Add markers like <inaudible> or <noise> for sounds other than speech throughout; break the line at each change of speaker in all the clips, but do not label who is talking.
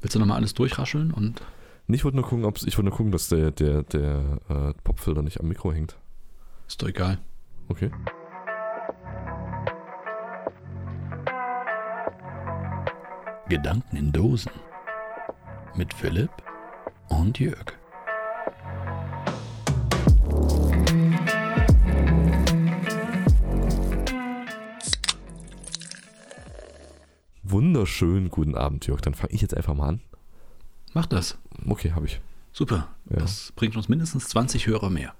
Willst du nochmal alles durchrascheln und.
Nee, ich wollte nur gucken, ob's, ich wollte nur gucken, dass der, der, der äh, Popfilter nicht am Mikro hängt.
Ist doch egal.
Okay.
Gedanken in Dosen. Mit Philipp und Jörg.
Wunderschönen guten Abend, Jörg. Dann fange ich jetzt einfach mal an.
Mach das.
Okay, habe ich.
Super.
Ja.
Das bringt uns mindestens 20 Hörer mehr.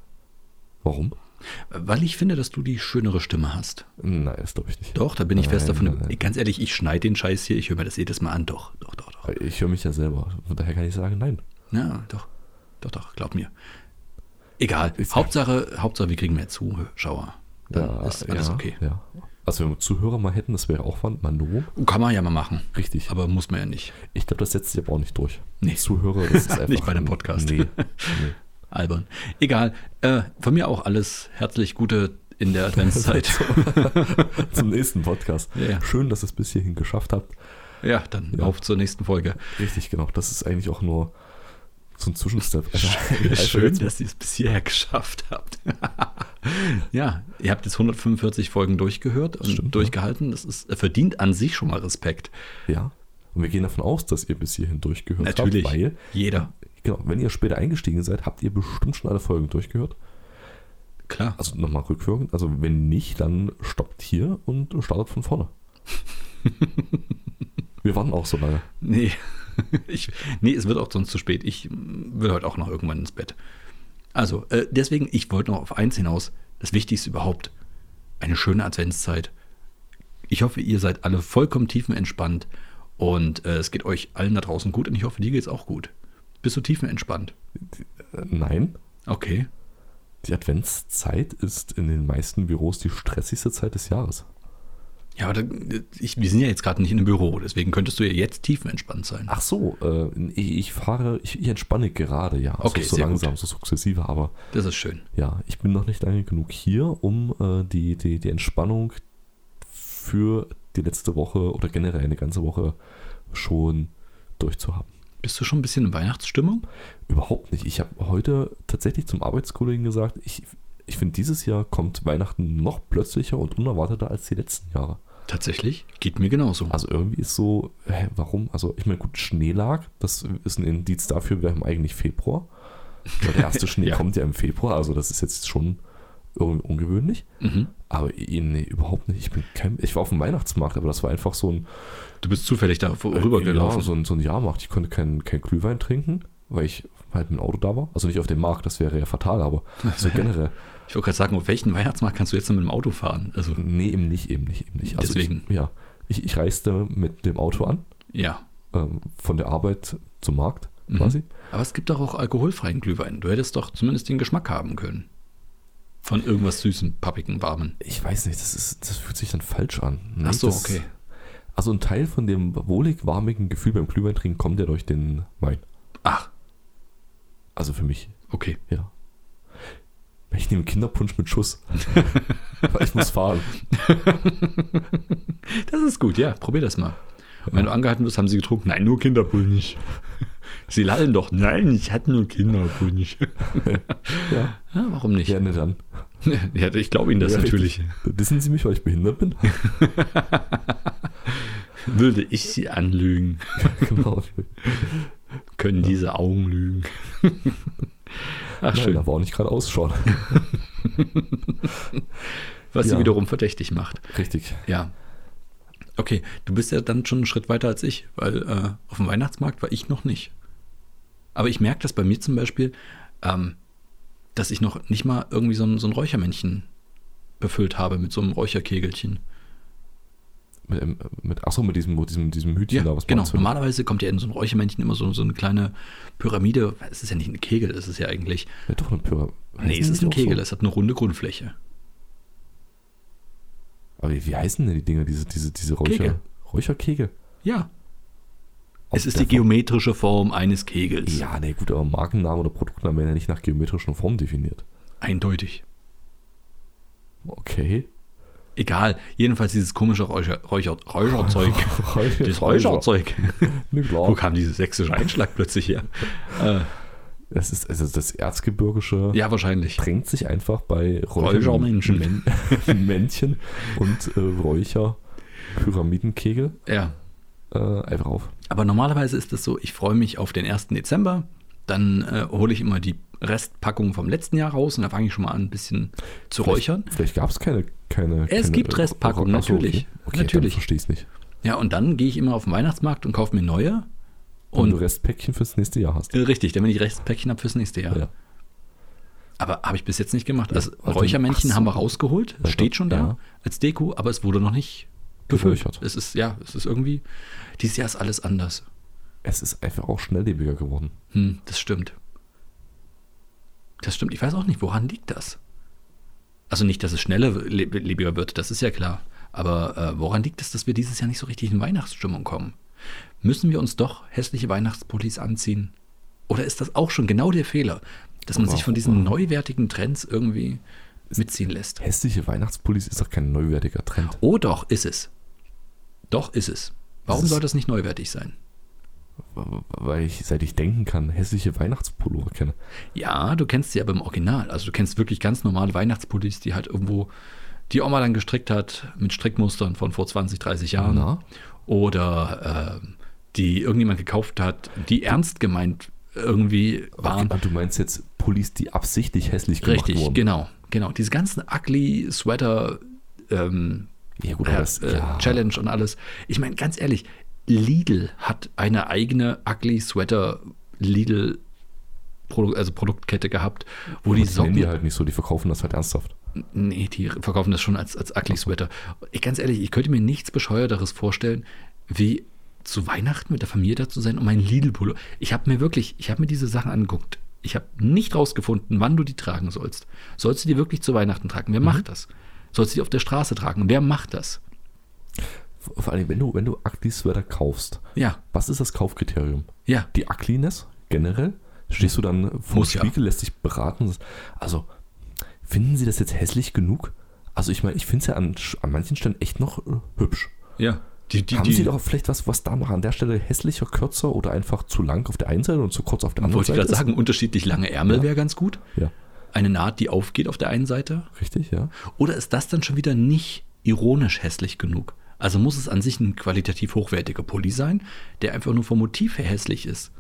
Warum?
Weil ich finde, dass du die schönere Stimme hast.
Nein, das glaube ich nicht.
Doch, da bin ich fest
Nein,
davon.
nein, nein.
Ganz ehrlich, ich schneide den Scheiß hier. Ich höre mir das jedes Mal an. Doch, doch, doch, doch.
Ich höre mich ja selber. Von daher kann ich sagen, nein.
Ja, doch. Doch, doch, glaub mir. Egal.
Ist-
Hauptsache, Hauptsache, wir kriegen mehr Zuschauer. Dann ist alles
ja,
okay.
Ja. Also wenn wir Zuhörer mal hätten, das wäre auch mal no.
Kann man ja mal machen.
Richtig.
Aber muss man ja nicht.
ich glaube, das setzt sich aber auch nicht durch.
Nee.
Zuhörer,
<laughs>
das ist einfach...
Nicht bei einem Podcast.
Nee. <laughs> nee.
Albern. Egal. Äh, von mir auch alles herzlich Gute in der
<laughs>
Adventszeit.
Also. Zum nächsten Podcast.
Ja, ja.
Schön, dass ihr es bis hierhin geschafft habt.
ja, dann
Ja.
auf zur nächsten Folge.
Richtig, genau. Das ist eigentlich auch nur so ein Zwischenstep. <laughs> Also
Schön, dass ihr es bis hierher geschafft habt. <laughs> ja, ihr habt jetzt 145 Folgen durchgehört und
Stimmt, ne? ja.
durchgehalten. Das ist äh, verdient an sich schon mal Respekt.
Ja. Und wir gehen davon aus, dass ihr bis hierhin durchgehört
Natürlich.
habt, weil,
Jeder.
genau, wenn ihr später eingestiegen seid, habt ihr bestimmt schon alle Folgen durchgehört.
Klar.
Also nochmal rückwirkend. Also wenn nicht, dann stoppt hier und startet
<laughs>
von vorne. wir warten auch so lange.
Nee. <laughs> Ich, nee, es wird auch sonst zu spät. Ich mm, will heute auch noch irgendwann ins Bett. Also, äh, deswegen, ich wollte noch auf eins hinaus. Das Wichtigste überhaupt. Eine schöne Adventszeit. Ich hoffe, ihr seid alle vollkommen tiefenentspannt. Und äh, es geht euch allen da draußen gut. Und ich hoffe, dir geht's auch gut. Bist du tiefenentspannt?
Äh, Nein,
Okay.
die Adventszeit ist in den meisten Büros die stressigste Zeit des Jahres.
Ja, aber da, ich, wir sind ja jetzt gerade nicht in einem Büro. Deswegen könntest du ja jetzt tiefenentspannt sein.
Ach so, äh, ich, ich fahre, ich, ich entspanne gerade, ja. Also
Okay,
so
sehr
langsam, so sukzessive, aber
Das ist schön.
ja, ich bin noch nicht lange genug hier, um äh, die, die, die Entspannung für die letzte Woche oder generell eine ganze Woche schon durchzuhaben.
Bist du schon ein bisschen in Weihnachtsstimmung?
Überhaupt nicht. Ich habe heute tatsächlich zum Arbeitskollegen gesagt, ich, ich finde, dieses Jahr kommt Weihnachten noch plötzlicher und unerwarteter als die letzten Jahre.
Tatsächlich. Geht mir genauso.
Also irgendwie ist so, hä, warum? Also ich meine, gut, Schnee lag, das ist ein Indiz dafür, wir haben eigentlich Februar. Weil der erste Schnee
Ja.
kommt ja im Februar, also das ist jetzt schon irgendwie ungewöhnlich.
Mhm.
Aber eh, nee, überhaupt nicht. Ich, bin kein, ich war auf dem Weihnachtsmarkt, aber das war einfach so ein,
Du bist zufällig da
ja,
rübergelaufen.
so ein, so ein Jahrmarkt. Ich konnte keinen kein Glühwein trinken, weil ich halt mit dem Auto da war. Also nicht auf dem Markt, das wäre ja fatal,
<laughs>
aber
Also
so generell.
Ich wollte gerade sagen, auf welchen Weihnachtsmarkt kannst du jetzt denn mit dem Auto fahren? Also,
Nee, eben nicht, eben nicht, eben nicht. Also
Deswegen.
Ich, ja, ich, ich reiste mit dem Auto an,
ja.
ähm, von der Arbeit zum Markt
Mhm.
quasi.
Aber es gibt doch auch alkoholfreien Glühwein. Du hättest doch zumindest den Geschmack haben können. Von irgendwas Süßem, Pappigen, Warmen.
Ich weiß nicht, das, ist, das fühlt sich dann falsch an. Nee,
Ach so,
das,
okay.
Also ein Teil von dem wohlig-warmigen Gefühl beim Glühwein trinken kommt ja durch den Wein.
Ach,
Also für mich,
okay.
ja. Ich nehme Kinderpunsch
<laughs>
mit Schuss. Weil ich muss fahren.
Das ist gut, ja. Probier das mal. Und wenn du angehalten wirst, haben sie getrunken. Nein, nur Kinderpunsch. <laughs> Sie lallen doch. Nein, ich hatte nur Kinderpunsch.
Ja,
Ja, warum nicht?
gerne dann.
Ja, ich glaube Ihnen das
Ja,
natürlich.
Wissen Sie mich, weil ich behindert bin?
Würde ich Sie anlügen,
genau.
können diese Augen lügen. <laughs> Ach,
Nein,
schön.
aber auch nicht gerade ausschauen.
Was
Ja.
sie wiederum verdächtig macht.
Richtig.
Ja. Okay, du bist ja dann schon einen Schritt weiter als ich, weil äh, auf dem Weihnachtsmarkt war ich noch nicht. Aber ich merke das bei mir zum Beispiel, ähm, dass ich noch nicht mal irgendwie so ein, so ein Räuchermännchen befüllt habe mit so einem Räucherkegelchen.
Mit, ähm, mit, achso, mit diesem, mit diesem, diesem Hütchen da, was man
genau.
anzündet.
Normalerweise kommt ja in so ein Räuchermännchen immer so, so eine kleine Pyramide. Es ist ja nicht ein Kegel, es ist ja eigentlich.
Ja, doch, eine Pyramide.
Nee, es ist ein Kegel, es hat eine runde Grundfläche.
Aber wie, wie heißen denn die Dinger, diese, diese, diese Räucher?
Kegel.
Räucherkegel?
Ja.
Ob
Es ist die
davon-
geometrische Form eines Kegels.
Ja, nee, gut, aber Markennamen oder Produktnamen werden ja nicht nach geometrischen Formen definiert.
Eindeutig.
Okay.
Egal, jedenfalls dieses komische Räucher, Räucher,
<laughs>
Räucherzeug.
Räucher-
das Räucherzeug.
Na
Wo
klar.
kam dieser sächsische Einschlag plötzlich her? Äh,
Das ist also das Erzgebirgische
ja, wahrscheinlich.
drängt sich einfach bei
Räuchermenschen.
Men- <laughs> Männchen und äh, Räucher Pyramidenkegel
Ja.
äh, einfach auf.
Aber normalerweise ist es so, ich freue mich auf den 1. Dezember, dann äh, hole ich immer die Restpackung vom letzten Jahr raus und da fange ich schon mal an, ein bisschen zu räuchern.
Vielleicht gab es keine, keine.
Es
keine,
gibt Restpackungen,
Achso,
natürlich.
Okay, okay
Natürlich.
natürlich. verstehe ich nicht.
Ja, und dann gehe ich immer auf den Weihnachtsmarkt und kaufe mir neue.
Und du
Und
Restpäckchen fürs nächste Jahr hast.
äh, richtig, damit ich Restpäckchen habe fürs nächste Jahr.
Ja.
Aber habe ich bis jetzt nicht gemacht. Also
warte,
Räuchermännchen
ach so.
haben wir rausgeholt,
Ja,
steht schon da
ja.
als Deko, aber es wurde noch nicht befüllt.
Geräuchert.
Es ist, ja, es ist irgendwie, dieses Jahr ist alles anders.
Es ist einfach auch schnelllebiger geworden.
Hm, das stimmt. Das stimmt. Ich weiß auch nicht, woran liegt das? Also nicht, dass es schneller le- lebiger wird, das ist ja klar. Aber äh, woran liegt es, dass wir dieses Jahr nicht so richtig in Weihnachtsstimmung kommen? Müssen wir uns doch hässliche Weihnachtspullis anziehen? Oder ist das auch schon genau der Fehler, dass man sich von diesen neuwertigen Trends irgendwie mitziehen lässt?
Hässliche Weihnachtspullis ist doch kein neuwertiger Trend.
Oh, doch, ist es. Doch, ist es. Warum
Es ist-
soll das nicht neuwertig sein?
Weil ich, seit ich denken kann, hässliche Weihnachtspullover kenne.
Ja, du kennst sie aber im Original. Also du kennst wirklich ganz normale Weihnachtspullis, die halt irgendwo die Oma dann gestrickt hat mit Strickmustern von vor 20, 30 Jahren.
Na?
Oder ähm, die irgendjemand gekauft hat, die ernst gemeint irgendwie waren.
Ah, du meinst jetzt Pullis, die absichtlich hässlich gemacht
Richtig,
wurden.
genau, genau. Diese ganzen ugly Sweater ähm,
Ja, gut, aber
ja,
das,
äh,
ja.
Challenge und alles. Ich meine, ganz ehrlich, Lidl hat eine eigene Ugly Sweater Lidl Produ also Produktkette gehabt, wo die
die nehmen
Socken
die halt nicht so, die verkaufen das halt ernsthaft.
Nee, die verkaufen das schon als, als Ugly Sweater. Ich, ganz ehrlich, ich könnte mir nichts Bescheuerteres vorstellen, wie zu Weihnachten mit der Familie da zu sein und mein Lidl-Pullover. Ich habe mir wirklich, ich habe mir diese Sachen angeguckt. Ich habe nicht rausgefunden, wann du die tragen sollst. Sollst du die wirklich zu Weihnachten tragen? Wer macht das? Sollst du die auf der Straße tragen? Wer macht das?
Vor vor allem, wenn du, wenn du Ugly Sweater kaufst,
Ja,
was ist das Kaufkriterium?
ja.
Die Ugliness generell? Stehst du dann vor dem
Muss ja.
Spiegel, lässt dich beraten? Also, finden sie das jetzt hässlich genug? Also, ich meine, ich finde es ja an, an manchen Stellen echt noch äh, hübsch.
Ja. Die, die,
Haben
die,
Sie doch vielleicht was, was da noch an der Stelle hässlicher, kürzer oder einfach zu lang auf der einen Seite und zu kurz auf der anderen
wollte ich
Seite?
gerade sagen, unterschiedlich lange Ärmel
Ja.
wäre ganz gut.
Ja,
Eine Naht, die aufgeht auf der einen Seite.
richtig, ja.
Oder ist das dann schon wieder nicht ironisch hässlich genug? Also muss es an sich ein qualitativ hochwertiger Pulli sein, der einfach nur vom Motiv her hässlich ist.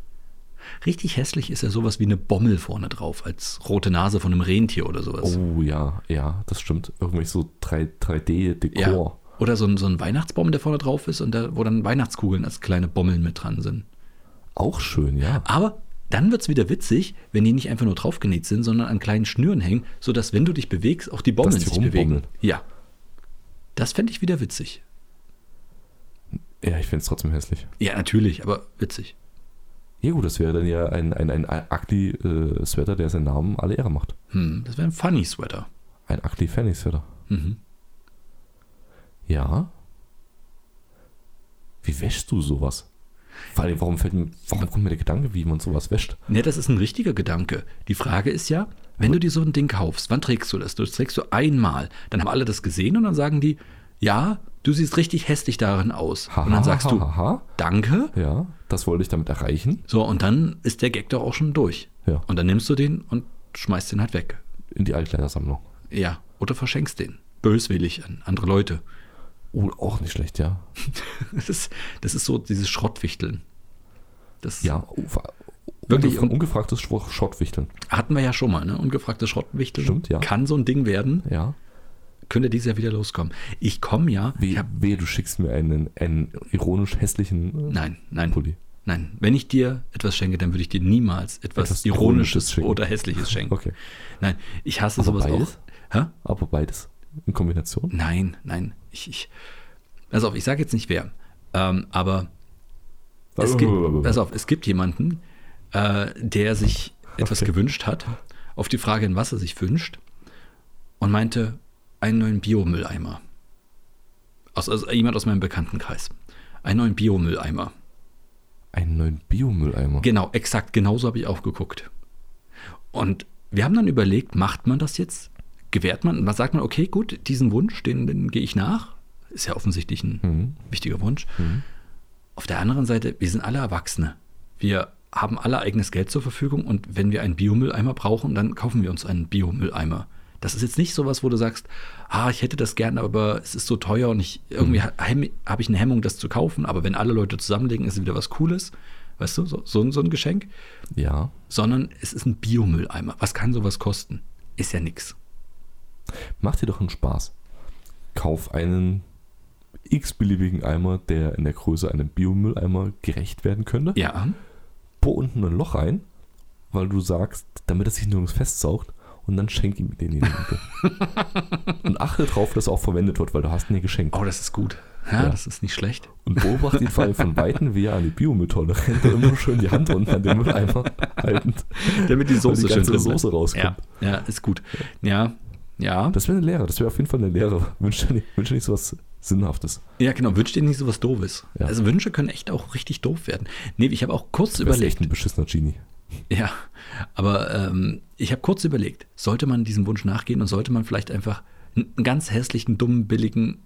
Richtig hässlich ist ja sowas wie eine Bommel vorne drauf, als rote Nase von einem Rentier oder sowas.
Oh ja, ja, das stimmt. Irgendwie so 3,
ja.
3D-Dekor.
Oder so ein, so ein Weihnachtsbaum, der vorne drauf ist und da, wo dann Weihnachtskugeln als kleine Bommeln mit dran sind.
Auch schön, ja.
Aber dann wird es wieder witzig, wenn die nicht einfach nur draufgenäht sind, sondern an kleinen Schnüren hängen, sodass, wenn du dich bewegst, auch die Bommeln
die
sich bewegen.
rumbommeln.
Ja. Das fände ich wieder witzig.
Ja, ich finde es trotzdem hässlich.
Ja, natürlich, aber witzig.
Ja gut, das wäre dann ja ein, ein, ein ugly äh, Sweater, der seinen Namen alle Ehre macht.
Hm, das wäre ein funny Sweater.
Ein ugly Fanny Sweater.
Mhm.
Ja. Wie wäschst du sowas? Vor allem, warum fällt mir, warum kommt mir der Gedanke, wie man sowas wäscht?
Ne, das ist ein richtiger Gedanke. Die Frage ist ja, wenn du dir so ein Ding kaufst, wann trägst du das? Du trägst du einmal, dann haben alle das gesehen und dann sagen die, ja, du siehst richtig hässlich darin aus.
Ha,
und dann sagst
ha,
du,
ha, ha.
danke.
Ja, das wollte ich damit erreichen.
So, und dann ist der Gag doch auch schon durch.
Ja.
Und dann nimmst du den und schmeißt den halt weg.
In die Altkleidersammlung.
Ja, oder verschenkst den. Böswillig an andere Leute. <laughs>
Oh, auch nicht schlecht, ja.
Das ist, das ist so dieses Schrottwichteln. Das
Ja, oh, ver-
Wirklich?
ungef ungefragtes Schw- Schrottwichteln.
hatten wir ja schon mal, ne? Ungefragtes Schrottwichteln.
Stimmt, ja.
Kann so ein Ding werden.
Ja.
könnte dieses Jahr wieder loskommen. Ich komme ja.
Weh,
Ich hab,
wehe, du schickst mir einen, einen ironisch hässlichen äh,
nein, nein,
Pulli.
nein. Wenn ich dir etwas schenke, dann würde ich dir niemals etwas,
Etwas Ironisches
Ironisches
schenken.
oder
<laughs>
Hässliches schenken.
Okay.
Nein, ich hasse
Aber
sowas
beides?
auch. Hä?
Aber beides in Kombination.
Nein, nein. Ich, ich, pass auf, ich sage jetzt nicht wer. Ähm, aber es gibt, pass auf, es gibt jemanden, äh, der sich etwas
Okay.
gewünscht hat, auf die Frage, in was er sich wünscht, und meinte, einen neuen Biomülleimer. Aus, also jemand aus meinem Bekanntenkreis. Einen neuen Biomülleimer.
einen neuen Biomülleimer.
Genau, exakt, genauso habe ich auch geguckt. Und wir haben dann überlegt, macht man das jetzt? gewährt man, was sagt man, okay, gut, diesen Wunsch, den, den gehe ich nach. Ist ja offensichtlich ein
Mhm.
wichtiger Wunsch.
Mhm.
Auf der anderen Seite, wir sind alle Erwachsene. Wir haben alle eigenes Geld zur Verfügung und wenn wir einen Biomülleimer brauchen, dann kaufen wir uns einen Biomülleimer. Das ist jetzt nicht sowas, wo du sagst, ah, ich hätte das gern, aber es ist so teuer und ich irgendwie
Hm.
ha- hemm- habe ich eine Hemmung, das zu kaufen. Aber wenn alle Leute zusammenlegen, ist es wieder was Cooles. Weißt du, so, so, ein- so ein Geschenk.
Ja.
Sondern es ist ein Biomülleimer. Was kann sowas kosten? Ist ja nix.
Mach dir doch einen Spaß. Kauf einen x-beliebigen Eimer, der in der Größe einem Biomülleimer gerecht werden könnte.
Ja,
Bohr unten ein Loch rein, weil du sagst, damit er sich nirgends festsaugt und dann schenk ihm <laughs> denjenigen. und achte darauf, dass er auch verwendet wird, weil du hast ihn ja geschenkt.
oh, das ist gut. Ja,
Ja.
das ist nicht schlecht.
Und beobachte ihn vor allem von Weitem, wie er an die Biomülltonne rennt und immer schön die Hand unten an den Mülleimer haltend.
Damit die
Soße schön drin bleibt.
Ja,
Ja.
ja, ist gut. Ja, ja.
Das wäre eine Lehre, das wäre auf jeden Fall eine Lehre. <laughs> Wünsche dir nicht, wünsch dir nicht so was Sinnhaftes.
Ja, genau. Wünsch dir nicht sowas Doofes.
Ja.
Also Wünsche können echt auch richtig doof werden. Nee, ich habe auch kurz
Du bist echt
überlegt.
ein beschissener Genie.
Ja, aber ähm, ich habe kurz überlegt, sollte man diesem Wunsch nachgehen und sollte man vielleicht einfach n- einen ganz hässlichen, dummen, billigen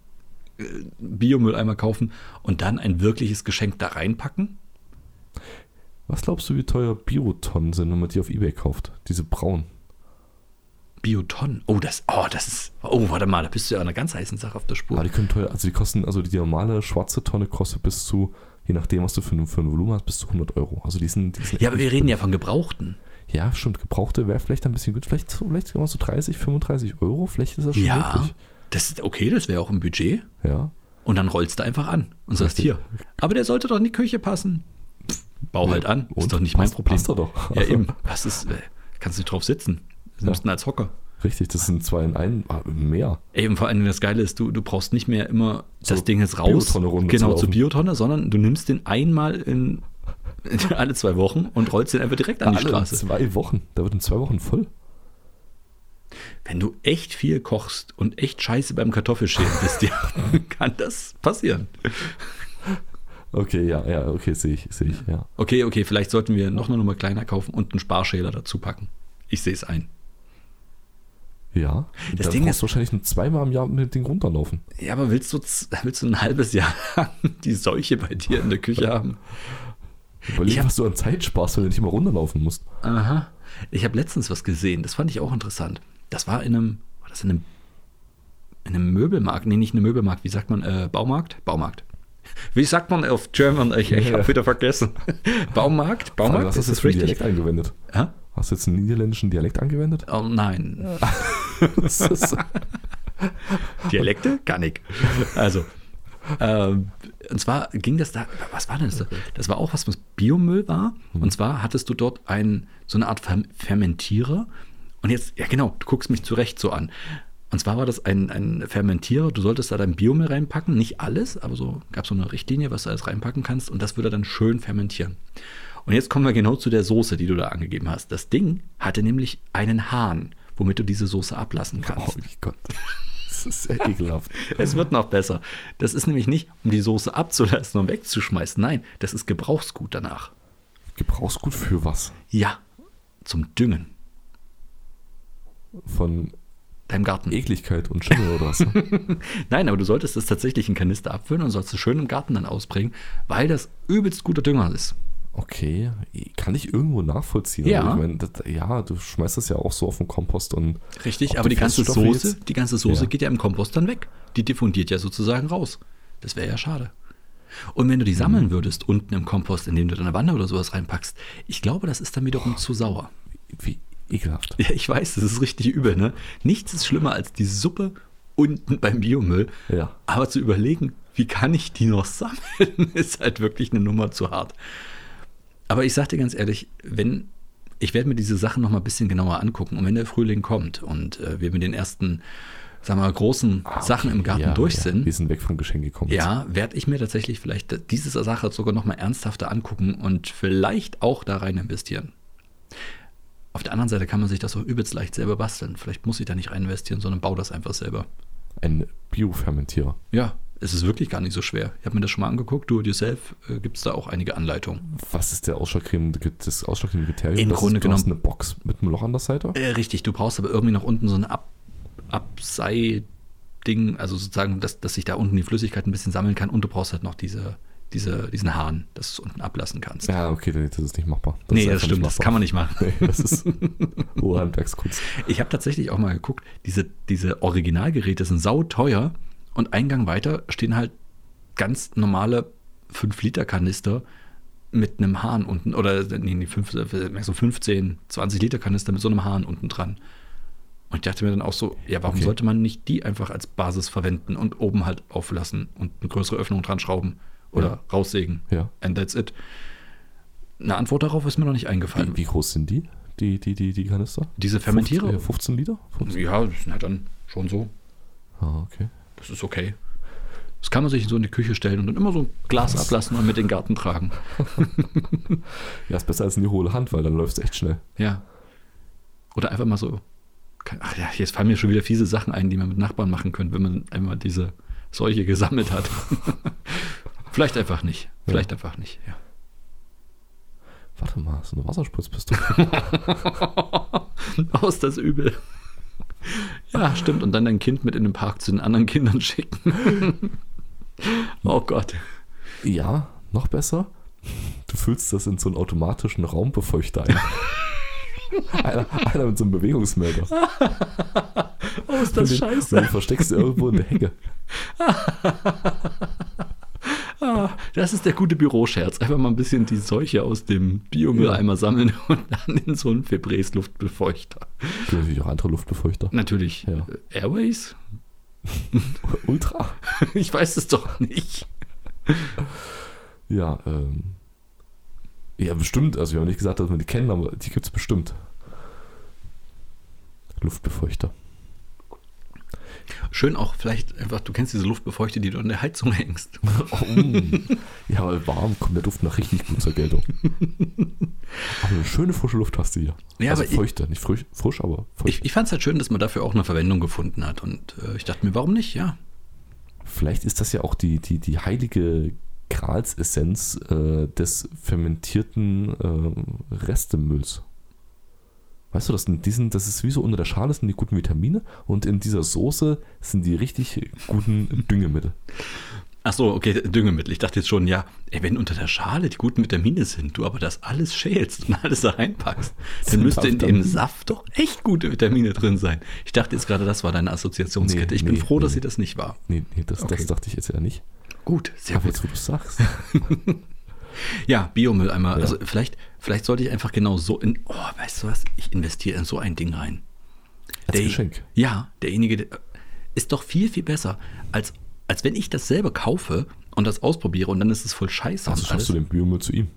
äh, Biomülleimer kaufen und dann ein wirkliches Geschenk da reinpacken?
Was glaubst du, wie teuer Biotonnen sind, wenn man die auf Ebay kauft? Diese braunen.
Biotonnen. Oh, das, oh, das ist. Oh, warte mal, da bist du ja an einer ganz heißen Sache auf der Spur.
Aber die können teuer, also die kosten, also die normale schwarze Tonne kostet bis zu, je nachdem, was du für ein, für ein Volumen hast, bis zu 100 Euro. Also die sind, die sind
Ja, aber wir reden ja von Gebrauchten.
ja, stimmt, gebrauchte wäre vielleicht ein bisschen gut. Vielleicht, vielleicht kann man so 30, 35 Euro, vielleicht ist das schon
Ja.
möglich.
Das ist okay, das wäre auch im Budget.
Ja.
Und dann rollst du einfach an und sagst,
Richtig.
hier, aber der sollte doch in die Küche passen. Pff, Bau halt an, ist
Und?
doch nicht mein
Passt-
Problem.
passt doch doch.
Ja, eben. Was ist, äh, kannst du nicht drauf sitzen. Du nimmst ihn als Hocker.
Richtig, das sind zwei in einem, ah, mehr.
Eben vor allem das Geile ist, du, du brauchst nicht mehr immer das
Zur
Ding jetzt raus.
Biotonne-Runde zu
genau,
laufen.
zur Biotonne, sondern du nimmst den einmal in, <laughs> alle zwei Wochen und rollst den einfach direkt an die
Alle
Straße.
zwei Wochen. Da wird in zwei Wochen voll.
Wenn du echt viel kochst und echt scheiße beim Kartoffelschälen bist, <laughs> ja, kann das passieren.
Okay, ja, ja, okay, sehe ich, sehe ich, ja.
Okay, okay, vielleicht sollten wir noch eine Nummer kleiner kaufen und einen Sparschäler dazu packen. Ich sehe es ein.
Ja.
Das
Dann
Ding
brauchst
ist-
du wahrscheinlich nur zweimal im Jahr mit dem Ding runterlaufen.
Ja, aber willst du, z- <laughs> willst du ein halbes Jahr lang die Seuche bei dir in der Küche haben? Ich
Überleg,
hab-
was du an Zeit sparst, wenn du nicht immer runterlaufen musst.
Aha. Ich habe letztens was gesehen, das fand ich auch interessant. Das war in einem, war das in einem, in einem Möbelmarkt? Nee, nicht in einem Möbelmarkt, wie sagt man, äh, Baumarkt? Baumarkt. <laughs> Wie sagt man auf German? Ich, ich habe
Ja.
wieder vergessen. Baumarkt?
Aber
Baumarkt?
was
Ist
hast Also, du jetzt
das
für einen
richtig?
Dialekt angewendet?
Hä?
Hast du jetzt einen niederländischen Dialekt angewendet?
<laughs> Oh nein,
Das ist-
Dialekte kann ich. Also, ähm, und zwar ging das da, was war denn das? da? Das war auch was, was Biomüll war. Und zwar hattest du dort ein, so eine Art Fer Fermentierer. Und jetzt, ja genau, du guckst mich zu Recht so an. Und zwar war das ein, ein Fermentierer, du solltest da dein Biomüll reinpacken, nicht alles, aber so gab es so eine Richtlinie, was du alles reinpacken kannst und das würde dann schön fermentieren. Und jetzt kommen wir genau zu der Soße, die du da angegeben hast. Das Ding hatte nämlich einen Hahn, womit du diese Soße ablassen
oh
kannst.
mein Gott. Das ist sehr ekelhaft.
<laughs> Es wird noch besser. Das ist nämlich nicht, um die Soße abzulassen und wegzuschmeißen. Nein, das ist Gebrauchsgut danach.
Gebrauchsgut für was?
Ja, zum Düngen.
Von
Deinem Garten.
Ekligkeit und Schimmel oder was? ne?
<laughs> Nein, aber du solltest es tatsächlich in Kanister abfüllen und sollst es schön im Garten dann ausbringen, weil das übelst guter Dünger ist.
Okay, kann ich irgendwo nachvollziehen.
Ja.
Aber Ich meine, das, ja, du schmeißt das ja auch so auf den Kompost und
Richtig,
Ob
aber
die
die ganze
Feststoffe
Soße,
jetzt-
die ganze Soße
Ja.
geht ja im Kompost dann weg. Die diffundiert ja sozusagen raus. Das wäre ja schade. Und wenn du die sammeln würdest unten im Kompost, indem du deine Wanne oder sowas reinpackst, ich glaube, das ist dann wiederum zu sauer.
wie ekelhaft.
<laughs> Ja, ich weiß, das ist richtig übel, ne? Nichts ist schlimmer als die Suppe unten beim Biomüll.
Ja.
Aber zu überlegen, wie kann ich die noch sammeln, <laughs> ist halt wirklich eine Nummer zu hart. Aber ich sag dir ganz ehrlich, wenn ich werde mir diese Sachen noch mal ein bisschen genauer angucken und wenn der Frühling kommt und äh, wir mit den ersten, sagen wir mal, großen Sachen im Garten
ja,
durch
ja.
sind,
Wir sind weg vom Geschenk gekommen.
ja, werde ich mir tatsächlich vielleicht diese Sache sogar nochmal ernsthafter angucken und vielleicht auch da rein investieren. Auf der anderen Seite kann man sich das auch übelst leicht selber basteln. Vielleicht muss ich da nicht rein investieren, sondern baue das einfach selber.
Ein Biofermentierer.
Ja, es ist wirklich gar nicht so schwer. Ich habe mir das schon mal angeguckt. Do it yourself äh, gibt es da auch einige Anleitungen.
Was ist der ausschlaggebende, das ausschlaggebende Kriterium?
Im
Das ist,
Grunde
du hast
genommen-
eine Box mit einem Loch an der Seite.
Äh, richtig, du brauchst aber irgendwie noch unten so eine Ab Absei-Ding, also sozusagen, dass, dass sich da unten die Flüssigkeit ein bisschen sammeln kann und du brauchst halt noch diese, diese, diesen Hahn, dass du es unten ablassen kannst.
Ja, okay, nee, das ist nicht machbar.
nee,
ist
das
einfach nicht
stimmt, das
machbar.
kann man nicht machen.
<laughs> Nee,
<laughs>
das ist hohe Handwerkskunst.
Ich habe tatsächlich auch mal geguckt, diese, diese Originalgeräte sind sauteuer und einen Gang weiter stehen halt ganz normale 5-Liter-Kanister mit einem Hahn unten oder nee, nee, fünf, äh, so 15, 20 Liter Kanister mit so einem Hahn unten dran. Und ich dachte mir dann auch so, ja, warum
Okay.
sollte man nicht die einfach als Basis verwenden und oben halt auflassen und eine größere Öffnung dran schrauben oder
Ja.
raussägen?
Ja.
And that's it. Eine Antwort darauf ist mir noch nicht eingefallen.
Wie, wie groß sind die? Die, die, die, die Kanister?
Diese Fermentierer,
15, äh, 15 Liter? 15?
ja, das sind halt dann schon so
Ah, okay.
Das ist okay. Das kann man sich so in die Küche stellen und dann immer so ein Glas ablassen und mit in den Garten tragen.
Ja, ist besser als eine hohle Hand, weil dann läuft es echt schnell.
Ja. Oder einfach mal so. kein- Ach ja, jetzt fallen mir schon wieder fiese Sachen ein, die man mit Nachbarn machen könnte, wenn man einmal diese Seuche gesammelt hat. <laughs> Vielleicht einfach nicht. Vielleicht einfach nicht, ja. <laughs>
Warte mal, ist eine Wasserspritzpistole.
<laughs> Aus das Übel. Ja, stimmt. Und dann dein Kind mit in den Park zu den anderen Kindern schicken. <laughs> Oh Gott.
ja, noch besser. Du füllst das in so einen automatischen Raumbefeuchter
<laughs>
ein. einer, einer mit so einem Bewegungsmelder.
Oh, Ah, ist
Und den- Und den versteckst du irgendwo in der Hecke.
Ah, das ist der gute Büroscherz. Einfach mal ein bisschen die Seuche aus dem Biomülleimer sammeln <laughs> und dann in so einen Febreze-Luftbefeuchter.
Gibt natürlich auch andere Luftbefeuchter.
Natürlich.
Ja.
äh, Airways? <laughs>
Ultra.
Ich weiß es doch nicht.
Ja, ähm. Ja, bestimmt. Also, wir haben nicht gesagt, dass wir die kennen, aber die gibt es bestimmt. Luftbefeuchter.
Schön auch vielleicht einfach, du kennst diese Luftbefeuchte, die du an der Heizung <laughs> hängst.
Oh, mm. <laughs> ja, aber warm kommt der Duft noch richtig gut
<laughs>
zur Geltung. aber eine schöne frische Luft hast du hier.
Ja,
also
aber ich-
feuchte, nicht frisch, frisch, aber feucht.
Ich, ich fand es halt schön, dass man dafür auch eine Verwendung gefunden hat. Und äh, ich dachte mir, warum nicht? Ja.
Vielleicht ist das ja auch die, die, die heilige Gralsessenz äh, des fermentierten ähm, Restemülls. Weißt du, das, sind diesen, das ist wie so unter der Schale sind die guten Vitamine und in dieser Soße sind die richtig guten Düngemittel.
Ach so, okay, Düngemittel. Ich dachte jetzt schon, ja, ey, wenn unter der Schale die guten Vitamine sind, du aber das alles schälst und alles da reinpackst, dann
Sind
müsste in
auch
dem
dann-
Saft doch echt gute Vitamine drin sein. Ich dachte jetzt gerade, das war deine Assoziationskette.
Nee,
ich bin
nee,
froh, dass
nee.
sie das nicht war.
Nee, nee, das,
Okay.
das dachte ich jetzt ja nicht.
Gut, sehr
Aber
gut.
jetzt, wo du sagst.
Ja, Biomülleimer.
Ja.
Also vielleicht, vielleicht sollte ich einfach genau so in, oh, weißt du was, ich investiere in so ein Ding rein.
Als Geschenk.
Ja, derjenige der, ist doch viel, viel besser, als, als wenn ich das selber kaufe und das ausprobiere und dann ist es voll scheiße.
Also
und
schaffst du den Biomüll zu ihm.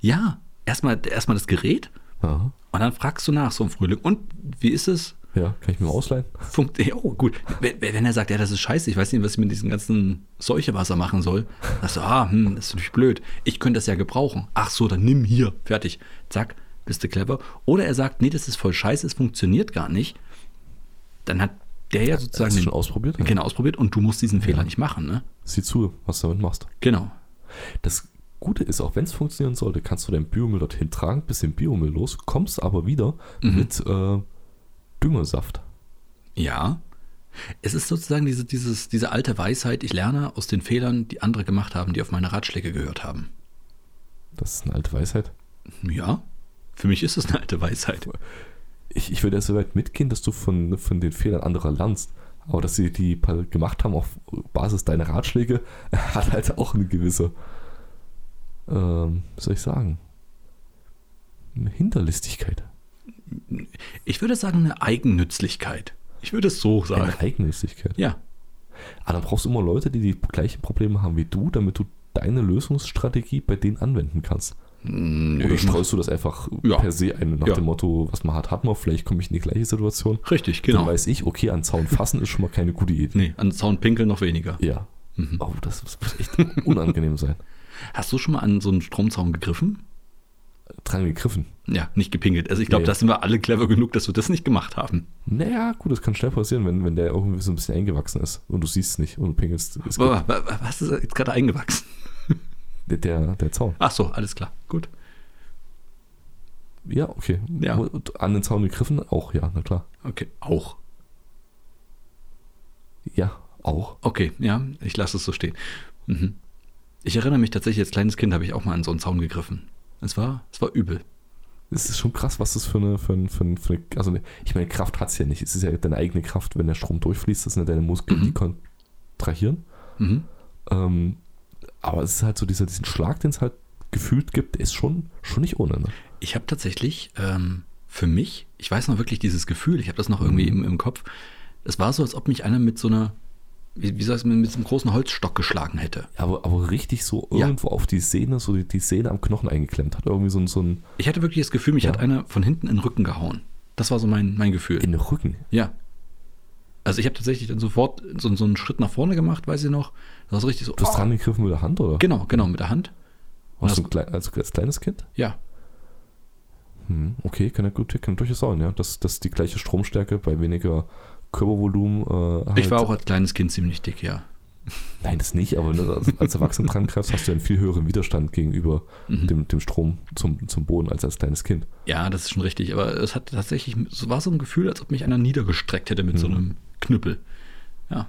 Ja, erstmal erstmal das Gerät
Aha.
und dann fragst du nach so im Frühling. Und wie ist es?
Ja, kann ich mir mal ausleihen?
Funkt ja, oh, gut. Wenn, wenn er sagt, ja, das ist scheiße, ich weiß nicht, was ich mit diesem ganzen Seuchewasser machen soll, sagst du, ah, hm, das ist natürlich blöd. Ich könnte das ja gebrauchen. Ach so, dann nimm hier. Fertig. Zack, bist du clever. Oder er sagt, nee, das ist voll scheiße, es funktioniert gar nicht. Dann hat der ja sozusagen
Hast du
den
schon ausprobiert?
genau ausprobiert und du musst diesen Fehler nicht machen, ne?
Sieh zu, was du damit machst.
Genau.
Das Gute ist, auch wenn es funktionieren sollte, kannst du deinen Biomüll dorthin tragen, bisschen Biomüll los, kommst aber wieder mit äh, Düngersaft.
Ja. Es ist sozusagen diese, dieses, diese alte Weisheit, ich lerne aus den Fehlern, die andere gemacht haben, die auf meine Ratschläge gehört haben.
Das ist eine alte Weisheit.
Ja, für mich ist es eine alte Weisheit.
Ich, ich würde ja so weit mitgehen, dass du von, ne, von den Fehlern anderer lernst. Aber dass sie die pa- gemacht haben auf Basis deiner Ratschläge, <laughs> hat halt auch eine gewisse, ähm, wie soll ich sagen, eine Hinterlistigkeit.
Ich würde sagen, eine Eigennützlichkeit. Ich würde es so sagen.
Eine Eigenlistigkeit.
Ja,
Aber dann brauchst du immer Leute, die die gleichen Probleme haben wie du, damit du deine Lösungsstrategie bei denen anwenden kannst. Oder
ich mach-
streust du das einfach
Ja.
per se ein, nach
Ja.
dem Motto, was man hat, hat man, vielleicht komme ich in die gleiche Situation.
richtig,
Dann
genau.
weiß ich, okay, an Zaun fassen ist schon mal keine gute Idee.
Nee, an Zaun pinkeln noch weniger.
Ja.
Mhm.
Oh, das, das muss echt unangenehm sein.
Hast du schon mal an so einen Stromzaun gegriffen?
Dran gegriffen.
Ja, nicht gepinkelt. Also ich glaube,
Nee.
da sind wir alle clever genug, dass wir das nicht gemacht haben.
Naja, gut, das kann schnell passieren, wenn, wenn der irgendwie so ein bisschen eingewachsen ist und du siehst es nicht und du pingelst. Es geht,
Aber wa- wa- was ist jetzt gerade eingewachsen?
der, der, der Zaun.
Ach so, alles klar. Gut.
Ja, okay.
Ja.
Und An den Zaun gegriffen, auch ja, na klar.
Okay, auch.
Ja, auch.
Okay, ja, ich lasse es so stehen. Mhm. Ich erinnere mich tatsächlich, als kleines Kind habe ich auch mal an so einen Zaun gegriffen. Es war, es war übel.
Es ist schon krass, was das für eine, für ein- für ein- für eine also eine, ich meine, Kraft hat es ja nicht. Es ist ja deine eigene Kraft, wenn der Strom durchfließt, das sind ja deine Muskeln, die kontrahieren.
Mhm.
Ähm, aber es ist halt so dieser, diesen Schlag, den es halt gefühlt gibt, der ist schon, schon nicht ohne. Ne?
Ich habe tatsächlich ähm, für mich, ich weiß noch wirklich dieses Gefühl, ich habe das noch irgendwie
Mhm.
im, im Kopf. Es war so, als ob mich einer mit so einer, wie, wie soll ich es mit so einem großen Holzstock geschlagen hätte.
Aber, aber richtig so
Ja.
irgendwo auf die Sehne, so die, die Sehne am Knochen eingeklemmt hat. Irgendwie so ein, so ein
Ich hatte wirklich das Gefühl, mich
Ja.
hat einer von hinten in den Rücken gehauen. Das war so mein, mein Gefühl.
in den Rücken.
Ja. Also ich habe tatsächlich dann sofort so, so einen Schritt nach vorne gemacht, weiß ich noch. Das war so richtig so.
Du hast
oh.
dran gegriffen mit der Hand, oder?
Genau, genau, mit der Hand.
Warst du ein klei- also als, als kleines Kind?
Ja.
Hm, okay, kann ja gut, kann durchaus sein, ja. Dass, dass die gleiche Stromstärke bei weniger Körpervolumen. Äh, halt-
Ich war auch als kleines Kind ziemlich dick, ja.
Nein, das nicht, aber ne, als, als Erwachsener dran greifst, hast du einen viel höheren Widerstand gegenüber
Mhm.
dem, dem Strom zum, zum Boden als als kleines Kind.
Ja, das ist schon richtig. Aber es hat tatsächlich, es war so ein Gefühl, als ob mich einer niedergestreckt hätte mit so
Mhm.
einem Knüppel. Ja.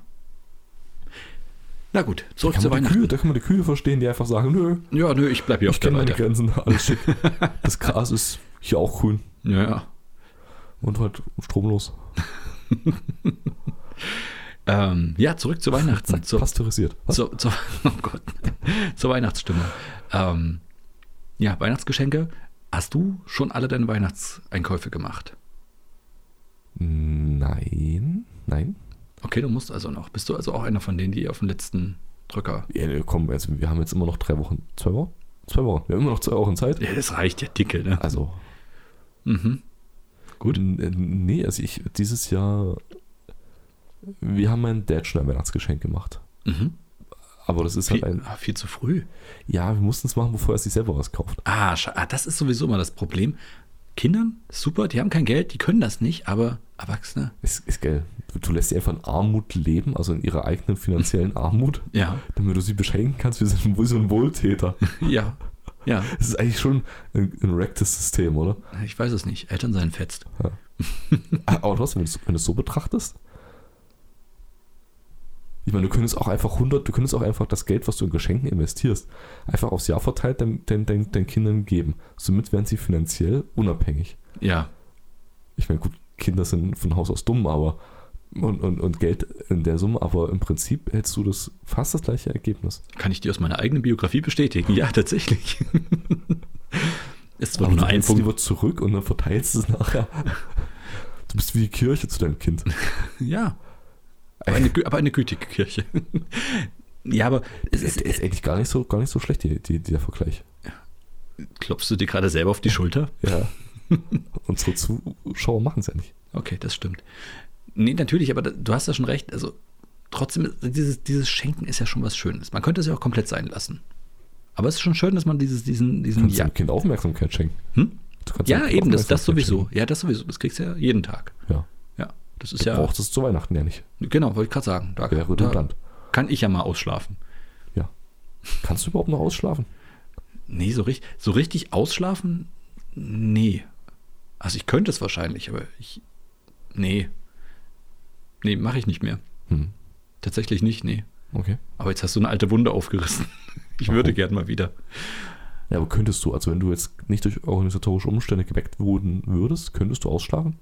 Na gut,
Da
zurück
kann,
zu
man die
Weihnachten.
Kühe, da kann man die Kühe verstehen, die einfach sagen, nö,
Ja, nö, ich bleib hier
ich
auf der
kenne meine
Weite. <laughs>
Grenzen, alles schick. Das Gras ist hier auch grün
Ja, ja.
und halt stromlos.
Ähm, ja, zurück zu Weihnachten.
Zack,
Zur,
pasteurisiert. Was?
zur, <laughs> zur, oh Gott. zur Weihnachtsstimme. Ähm, ja, Weihnachtsgeschenke. Hast du schon alle deine Weihnachtseinkäufe gemacht?
Nein, nein.
Okay, du musst also noch. Bist du also auch einer von denen, die auf den letzten Drücker.
Ja, nee, komm, also wir haben jetzt immer noch drei Wochen, zwei Wochen? Zwei Wochen. Wir haben immer noch zwei Wochen Zeit.
Ja, das reicht ja dicke, ne?
Also,
Mhm. Gut.
N- äh, Nee, also ich dieses Jahr. Wir haben meinen Dad schon ein Weihnachtsgeschenk gemacht.
Mhm.
Aber das ist halt
Viel,
ein.
ah, viel zu früh.
Ja, wir mussten es machen, bevor er sich selber was kauft.
Ah, scha- ah, das ist sowieso immer das Problem. Kindern, super, die haben kein Geld, die können das nicht, aber Erwachsene,
Ist, ist geil. Du, du lässt sie einfach in Armut leben, also in ihrer eigenen finanziellen Armut,
ja,
damit du sie beschenken kannst. Wir sind wohl so ein Wohltäter.
ja, ja,
Das ist eigentlich schon ein, ein recktes System, oder?
ich weiß es nicht. Eltern seien fetzt.
Aber trotzdem, wenn du es- wenn du es so betrachtest. Ich meine, du könntest auch einfach 100, du könntest auch einfach das Geld, was du in Geschenken investierst, einfach aufs Jahr verteilt deinen dein, dein, deinen Kindern geben. Somit werden sie finanziell unabhängig.
Ja,
Ich meine, gut, Kinder sind von Haus aus dumm, aber und, und, und Geld in der Summe, aber im Prinzip hättest du das fast das gleiche Ergebnis.
kann ich dir aus meiner eigenen Biografie bestätigen? Ja, tatsächlich. <laughs> ist zwar
Aber
nur
du
ein
gibst
Punkt.
lieber zurück und dann verteilst du es nachher. Du bist wie die Kirche zu deinem Kind.
Ja, aber eine, gü- aber eine gütige Kirche. <laughs> ja, aber es
Ist,
ist,
ist eigentlich gar nicht so, gar nicht so schlecht, die, die, der Vergleich.
klopfst du dir gerade selber auf die Schulter? <laughs>
Ja. Unsere Zuschauer machen es ja nicht.
Okay, das stimmt. Nee, natürlich, aber da- du hast ja schon recht. Also trotzdem, ist- dieses, dieses Schenken ist ja schon was Schönes. Man könnte es ja auch komplett sein lassen. Aber es ist schon schön, dass man dieses, diesen, diesen
Kannst
ja,
dem Kind Aufmerksamkeit schenken.
Hm?
Du kannst
ja
dem
eben, das, das
Aufmerksamkeit
sowieso. Ja, das sowieso. Das kriegst du ja jeden Tag.
schenken. Ja.
Ja, das
Du
ist ja.
brauchst es zu Weihnachten ja nicht.
Genau, wollte ich gerade sagen. Da,
Wäre
da
redundant.
kann ich ja mal ausschlafen.
Ja. Kannst du überhaupt noch ausschlafen?
Nee, so richtig, so richtig ausschlafen? Nee. Also ich könnte es wahrscheinlich, aber ich. Nee. Nee, mache ich nicht mehr.
Hm.
Tatsächlich nicht, nee.
Okay.
Aber jetzt hast du eine alte Wunde aufgerissen. <laughs> Ich würde gern mal wieder.
Ja, aber könntest du, also wenn du jetzt nicht durch organisatorische Umstände geweckt wurden würdest, könntest du ausschlafen?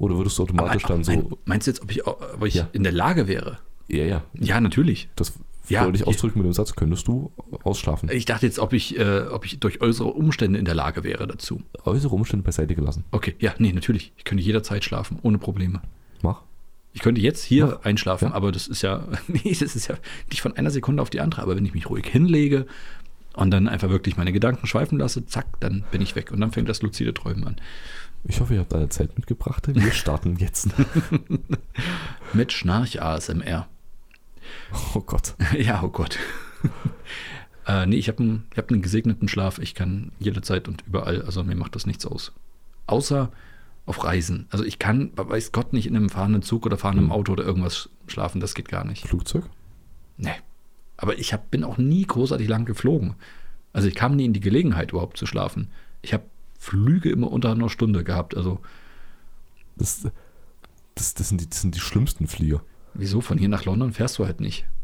Oder würdest du automatisch dann so.
Mein- meinst du jetzt, ob ich, au- ob ich
Ja.
in der Lage wäre?
ja, ja.
Ja, natürlich.
Das
Ja,
wollte ich
je-
ausdrücken mit dem Satz, könntest du ausschlafen.
Ich dachte jetzt, ob ich, äh, ob ich durch äußere Umstände in der Lage wäre dazu.
Äußere Umstände beiseite gelassen.
Okay, ja, nee, natürlich. Ich könnte jederzeit schlafen, ohne Probleme.
Mach.
Ich könnte jetzt hier
Ja.
einschlafen,
Ja.
aber das ist ja, <laughs> nee, das ist ja nicht von einer Sekunde auf die andere. Aber wenn ich mich ruhig hinlege und dann einfach wirklich meine Gedanken schweifen lasse, zack, dann bin ich weg. Und dann fängt das luzide Träumen an.
Ich hoffe, ihr habt alle Zeit mitgebracht.
<laughs>
Wir starten jetzt.
Mit Schnarch-ASMR.
Oh Gott.
<laughs> Ja, oh Gott. äh, nee, ich habe einen, ich hab einen gesegneten Schlaf. Ich kann jederzeit und überall, also mir macht das nichts aus. Außer auf Reisen. Also ich kann, weiß Gott, nicht in einem fahrenden Zug oder fahrenden Auto oder irgendwas schlafen. Das geht gar nicht.
Flugzeug?
Nee. Aber ich hab, bin auch nie großartig lang geflogen. Also ich kam nie in die Gelegenheit, überhaupt zu schlafen. Ich habe Flüge immer unter einer Stunde gehabt. Also
Das, das, das, sind die, das sind die schlimmsten Flieger.
Wieso? Von hier nach London fährst du halt nicht. <laughs>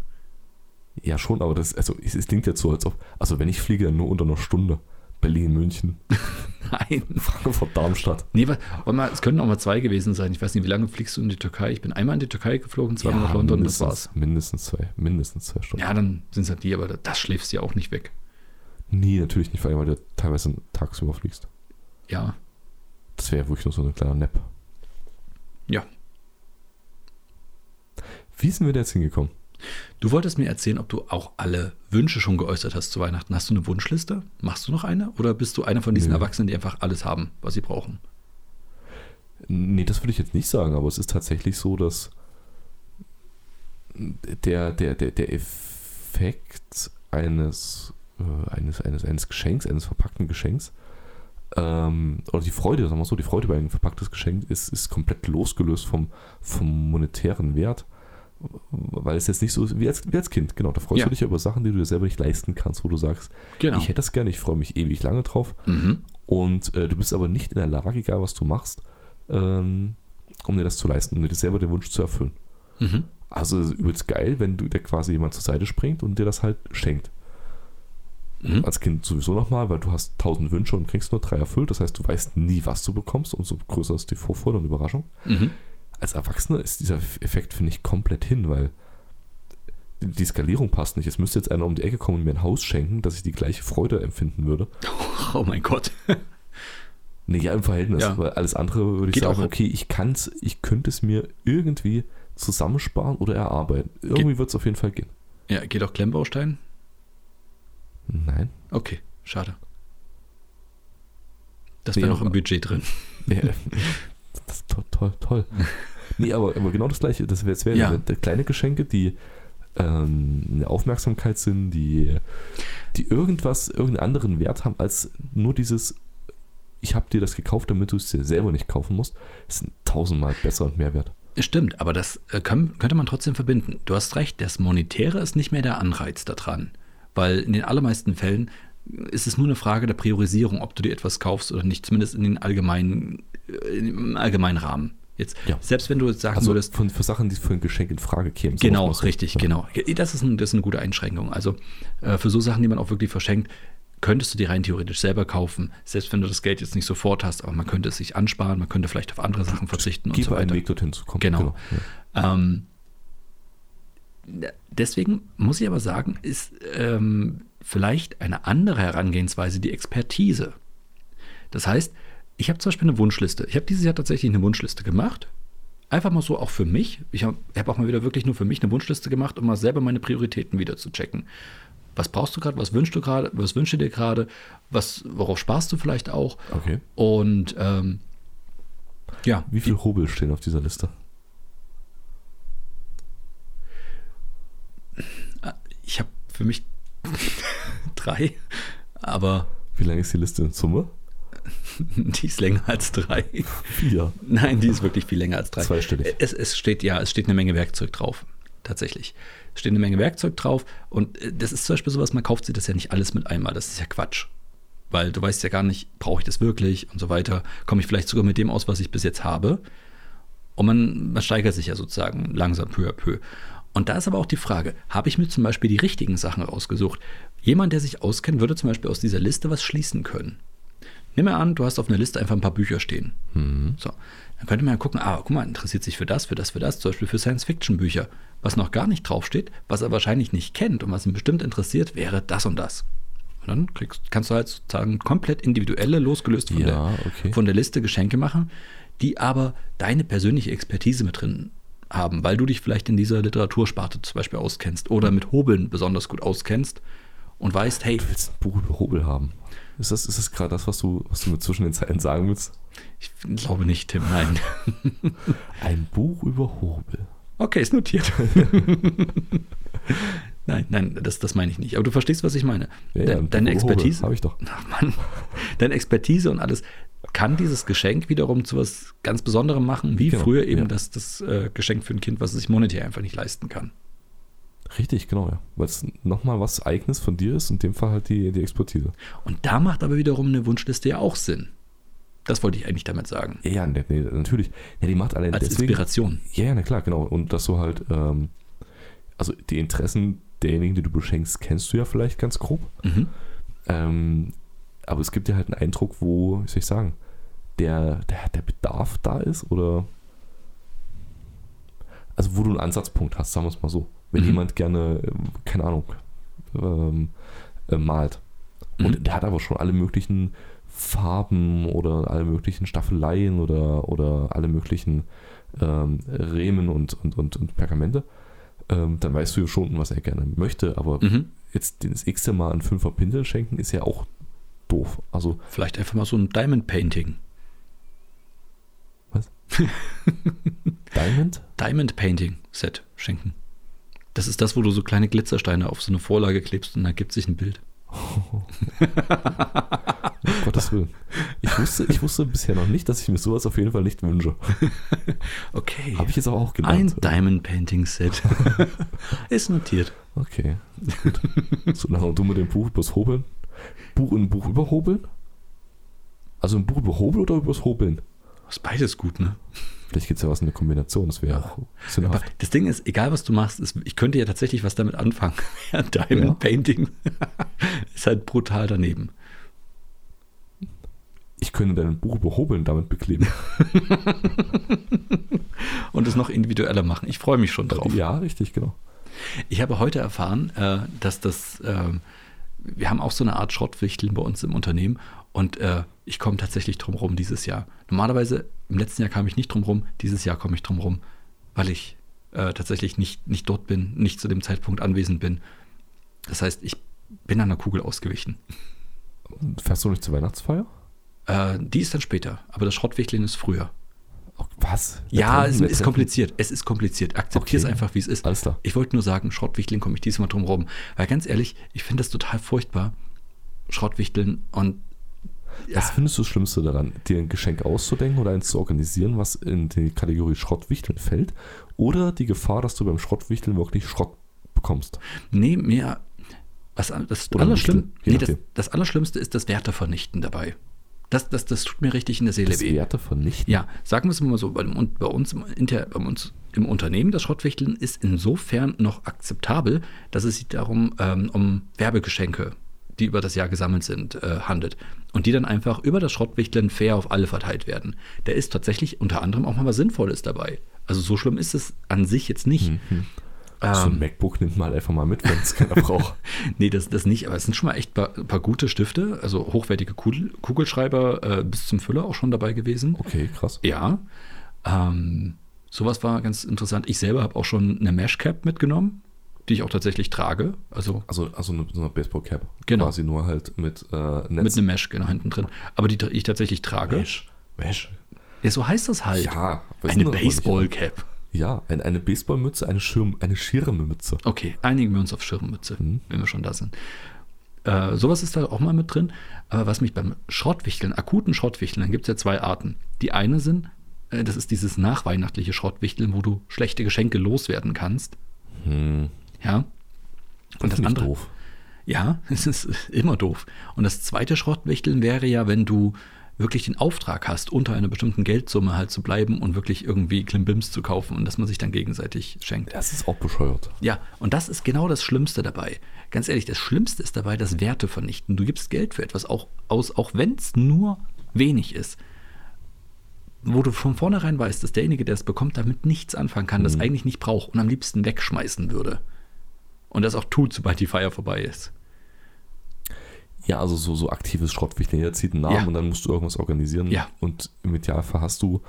Ja, schon, aber das, also es, es klingt jetzt so, als ob, also wenn ich fliege, dann nur unter einer Stunde. Berlin, München, <laughs>
Nein.
Frankfurt, Darmstadt.
Nee, wa- und mal, es könnten auch mal zwei gewesen sein. Ich weiß nicht, wie lange fliegst du in die Türkei? Ich bin einmal in die Türkei geflogen, zweimal nach London, das war's.
mindestens- Mindestens zwei, mindestens zwei Stunden.
Ja, dann sind es halt die, aber das schläfst du ja auch nicht weg.
Nee, natürlich nicht, vor allem, weil du teilweise tagsüber fliegst.
Ja.
Das wäre wirklich nur so eine kleine Nap.
Ja.
Wie sind wir da jetzt hingekommen?
Du wolltest mir erzählen, ob du auch alle Wünsche schon geäußert hast zu Weihnachten. Hast du eine Wunschliste? Machst du noch eine? Oder bist du einer von diesen
Nö.
Erwachsenen, die einfach alles haben, was sie brauchen?
Nee, das würde ich jetzt nicht sagen, aber es ist tatsächlich so, dass der, der, der, der Effekt eines, äh, eines, eines, eines Geschenks, eines verpackten Geschenks, ähm, oder die Freude, sagen wir mal so, die Freude bei einem verpacktes Geschenk ist, ist komplett losgelöst vom, vom monetären Wert, weil es jetzt nicht so ist wie als, wie als Kind, genau. Da freust
Ja.
du dich ja über Sachen, die du dir selber nicht leisten kannst, wo du sagst,
Genau.
ich hätte das gerne, ich freue mich ewig lange drauf.
mhm.
Und äh, du bist aber nicht in der Lage, egal was du machst, ähm, um dir das zu leisten, um dir selber den Wunsch zu erfüllen.
Mhm.
Also es ist übelst geil, wenn du dir quasi jemand zur Seite springt und dir das halt schenkt.
Mhm.
Als Kind sowieso nochmal, weil du hast tausend Wünsche und kriegst nur drei erfüllt. Das heißt, du weißt nie, was du bekommst. Umso größer ist die Vorfreude und Überraschung.
Mhm. <laughs>
Als Erwachsener ist dieser Effekt, finde ich, komplett hin, weil die Skalierung passt nicht. Es müsste jetzt einer um die Ecke kommen und mir ein Haus schenken, dass ich die gleiche Freude empfinden würde.
Oh mein Gott.
Nee, ja, im Verhältnis,
Ja.
weil alles andere würde ich
Geht
sagen,
auch.
okay, ich kann's, ich könnte es mir irgendwie zusammensparen oder erarbeiten. Irgendwie wird es auf jeden Fall gehen.
Ja, geht auch Klemmbaustein?
Nein.
Okay, schade. Das
Nee,
wäre noch
aber-
im Budget drin.
<laughs> Ja, das ist toll, toll, toll.
<laughs>
Nee, aber, aber genau das gleiche, das wäre jetzt
Ja.
wäre kleine Geschenke, die ähm, eine Aufmerksamkeit sind, die, die irgendwas, irgendeinen anderen Wert haben, als nur dieses, ich habe dir das gekauft, damit du es dir selber nicht kaufen musst, ist tausendmal besser und mehr wert.
Stimmt, aber das äh, kann, könnte man trotzdem verbinden. Du hast recht, das Monetäre ist nicht mehr der Anreiz daran. Weil in den allermeisten Fällen äh, ist es nur eine Frage der Priorisierung, ob du dir etwas kaufst oder nicht, zumindest in den allgemeinen, äh, im allgemeinen Rahmen. Jetzt,
Ja.
Selbst wenn du jetzt sagen
Also
würdest,
von, für Sachen, die für ein Geschenk in Frage kämen. so
Genau,
muss man sagen.
richtig,
Ja.
genau. Das ist, ein, das ist eine gute Einschränkung. Also äh, für so Sachen, die man auch wirklich verschenkt, könntest du die rein theoretisch selber kaufen, selbst wenn du das Geld jetzt nicht sofort hast, aber man könnte es sich ansparen, man könnte vielleicht auf andere Sachen verzichten und
Gebe
so
einen
weiter.
Weg, dorthin zu kommen.
Genau.
Ja.
Ähm, na, deswegen muss ich aber sagen, ist ähm, vielleicht eine andere Herangehensweise die Expertise. Das heißt, ich habe zum Beispiel eine Wunschliste. Ich habe dieses Jahr tatsächlich eine Wunschliste gemacht. Einfach mal so auch für mich. Ich habe hab auch mal wieder wirklich nur für mich eine Wunschliste gemacht, um mal selber meine Prioritäten wieder zu checken. Was brauchst du gerade? Was wünschst du gerade? Was wünschst du dir gerade? Was, worauf sparst du vielleicht auch?
Okay.
Und ähm, ja,
Wie viele Hobel stehen auf dieser Liste?
Ich habe für mich <laughs> drei, aber <laughs>
Wie lange ist die Liste in Summe?
die ist länger als drei.
Vier.
Nein, die ist wirklich viel länger als drei.
Zweistellig.
Es, es steht, ja, es steht eine Menge Werkzeug drauf. Tatsächlich. Es steht eine Menge Werkzeug drauf. Und äh, das ist zum Beispiel sowas, man kauft sich das ja nicht alles mit einmal. Das ist ja Quatsch. Weil du weißt ja gar nicht, brauche ich das wirklich und so weiter. Komme ich vielleicht sogar mit dem aus, was ich bis jetzt habe. Und man, man steigert sich ja sozusagen langsam peu à peu. Und da ist aber auch die Frage, habe ich mir zum Beispiel die richtigen Sachen rausgesucht? Jemand, der sich auskennt, würde zum Beispiel aus dieser Liste was schließen können. Nimm mal an, du hast auf einer Liste einfach ein paar Bücher stehen.
Mhm.
So. Dann könnte man ja gucken, ah, guck mal, interessiert sich für das, für das, für das, zum Beispiel für Science-Fiction-Bücher. Was noch gar nicht draufsteht, was er wahrscheinlich nicht kennt und was ihn bestimmt interessiert, wäre das und das. Und dann kriegst, kannst du halt sozusagen komplett individuelle, losgelöst von,
Ja,
der,
okay.
von der Liste Geschenke machen, die aber deine persönliche Expertise mit drin haben, weil du dich vielleicht in dieser Literatursparte zum Beispiel auskennst oder mit Hobeln besonders gut auskennst und weißt, hey,
Du willst ein Buch über Hobel haben. Ist das, ist das gerade das, was du, was du mir zwischen den Zeilen sagen willst?
ich glaube nicht, Tim, nein. <laughs>
Ein Buch über Hobel.
Okay, ist
<laughs>
notiert. nein, nein, das, das meine ich nicht. Aber du verstehst, was ich meine.
Ja,
De-
ja, ein Buch
Deine
über Hobel.
Expertise.
Habe ich doch.
<laughs> Ach Mann, deine Expertise und alles kann dieses Geschenk wiederum zu was ganz Besonderem machen, wie
Genau,
früher eben
ja.
das, das äh, Geschenk für ein Kind, was es sich monetär einfach nicht leisten kann.
Richtig, genau, ja. Weil es nochmal was Eigenes von dir ist, in dem Fall halt die, die Expertise.
Und da macht aber wiederum eine Wunschliste ja auch Sinn. Das wollte ich eigentlich damit sagen.
Ja, ja, nee, nee, natürlich. Ja, die macht allein
Als
deswegen.
Inspiration.
Ja, ja, na klar, genau. Und dass du halt, ähm, also die Interessen derjenigen, die du beschenkst, kennst du ja vielleicht ganz grob.
Mhm.
Ähm, aber es gibt ja halt einen Eindruck, wo, wie soll ich sagen, der, der, der Bedarf da ist oder. Also, wo du einen Ansatzpunkt hast, sagen wir es mal so. Wenn
Mhm.
jemand gerne, ähm, keine Ahnung, ähm, äh, malt und
Mhm.
der hat aber schon alle möglichen Farben oder alle möglichen Staffeleien oder, oder alle möglichen ähm, Remen und, und, und, und Pergamente, ähm, dann weißt du ja schon, was er gerne möchte. Aber
Mhm.
jetzt das x-te Mal einen Fünfer Pinsel schenken, ist ja auch doof. Also,
Vielleicht einfach mal so ein Diamond Painting.
Diamond?
Diamond Painting Set schenken. Das ist das, wo du so kleine Glitzersteine auf so eine Vorlage klebst und dann gibt sich ein Bild.
Um Gottes Willen. Ich wusste, ich wusste bisher noch nicht, dass ich mir sowas auf jeden Fall nicht wünsche.
Okay.
Habe ich jetzt aber auch
ein
gelernt.
Diamond Painting
<laughs>
Set. ist notiert.
Okay, gut. Solange du mit dem Buch übers Hobeln. Buch und Buch überhobeln? Also ein Buch überhobeln oder übers Hobeln?
Ist beides gut, ne?
Vielleicht gibt es ja was in der Kombination, das wäre auch
Aber
sinnhaft.
das Ding ist, egal was du machst, ist, ich könnte ja tatsächlich was damit anfangen. <laughs> Ja, Diamond
Ja.
Painting <laughs> ist halt brutal daneben.
Ich könnte dein Buch überhobeln damit bekleben.
Und es noch individueller machen. Ich freue mich schon <laughs> drauf.
Ja, richtig, genau.
Ich habe heute erfahren, äh, dass das, ähm, wir haben auch so eine Art Schrottwichteln bei uns im Unternehmen und äh, ich komme tatsächlich drum rum dieses Jahr. Normalerweise, im letzten Jahr kam ich nicht drum rum, dieses Jahr komme ich drum rum, weil ich äh, tatsächlich nicht, nicht dort bin, nicht zu dem Zeitpunkt anwesend bin. Das heißt, ich bin an der Kugel ausgewichen.
Fährst du nicht zur Weihnachtsfeier?
Äh, die ist dann später, aber das Schrottwichteln ist früher.
Oh, Was? Wir
Ja,
treffen-
es
wir
ist
treffen-
kompliziert. Es ist kompliziert. Akzeptier es
Okay.
einfach, wie es ist.
Alles klar.
Ich wollte nur sagen, Schrottwichteln komme ich diesmal drum rum. Weil ganz ehrlich, ich finde das total furchtbar. Schrottwichteln und ja,
Was findest du das Schlimmste daran? Dir ein Geschenk auszudenken oder eins zu organisieren, was in die Kategorie Schrottwichteln fällt? Oder die Gefahr, dass du beim Schrottwichteln wirklich Schrott bekommst?
nee, mehr. Was, an- das,
Oder
Allerschlimm,
Wichtel, je
nee, das,
nachdem.
das Allerschlimmste ist das Wertevernichten dabei. Das, das, das tut mir richtig in der Seele
Das
weh.
Werte vernichten.
eh- Ja, sagen wir es mal so, bei, dem- und bei, uns im Inter, bei uns im Unternehmen, das Schrottwichteln ist insofern noch akzeptabel, dass es sich darum ähm, um Werbegeschenke, die über das Jahr gesammelt sind, äh, handelt. Und die dann einfach über das Schrottwichteln fair auf alle verteilt werden. Da ist tatsächlich unter anderem auch mal was Sinnvolles dabei. Also so schlimm ist es an sich jetzt nicht. Ähm,
So ein MacBook nimmt mal einfach mal mit, wenn
<laughs>
es keiner braucht.
Nee, das, das nicht, aber es sind schon mal echt paar, paar gute Stifte, also hochwertige Kugel, Kugelschreiber äh, bis zum Füller auch schon dabei gewesen.
Okay, krass.
Ja. Ähm, sowas war ganz interessant. Ich selber habe auch schon eine Mesh-Cap mitgenommen, die ich auch tatsächlich trage. Also
Also, also eine, so eine Baseball-Cap.
Genau.
Quasi nur halt mit äh,
mit
Netz.
einem Mesh, genau, hinten drin. Aber die tra- ich tatsächlich trage.
Mesh. Mesh.
Ja, so heißt das halt.
Ja. wissen
eine
doch aber nicht.
Baseball-Cap.
Ja, ein, eine Baseballmütze, eine, Schirm, eine Schirmmütze.
Okay, einigen wir uns auf Schirmmütze,
Mhm.
wenn wir schon da sind. Äh, sowas ist da auch mal mit drin. Aber was mich beim Schrottwichteln, akuten Schrottwichteln, dann gibt es ja zwei Arten. Die eine sind, äh, das ist dieses nachweihnachtliche Schrottwichteln, wo du schlechte Geschenke loswerden kannst.
Hm.
Ja. Und das
Finde ich
andere,
doof.
Ja, <laughs> es ist immer doof. Und das zweite Schrottwichteln wäre ja, wenn du wirklich den Auftrag hast, unter einer bestimmten Geldsumme halt zu bleiben und wirklich irgendwie Klimbims zu kaufen und dass man sich dann gegenseitig schenkt.
Das ist auch bescheuert.
Ja, und das ist genau das Schlimmste dabei. Ganz ehrlich, das Schlimmste ist dabei, das Werte vernichten. Du gibst Geld für etwas auch aus, auch wenn es nur wenig ist. Wo du von vornherein weißt, dass derjenige, der es bekommt, damit nichts anfangen kann, das eigentlich nicht braucht und am liebsten wegschmeißen würde. Und das auch tut, sobald die Feier vorbei ist.
Ja, also so, so aktives Schrottwichteln. Jeder zieht einen Namen
Ja.
und dann musst du irgendwas organisieren.
Ja.
Und im Idealfall hast du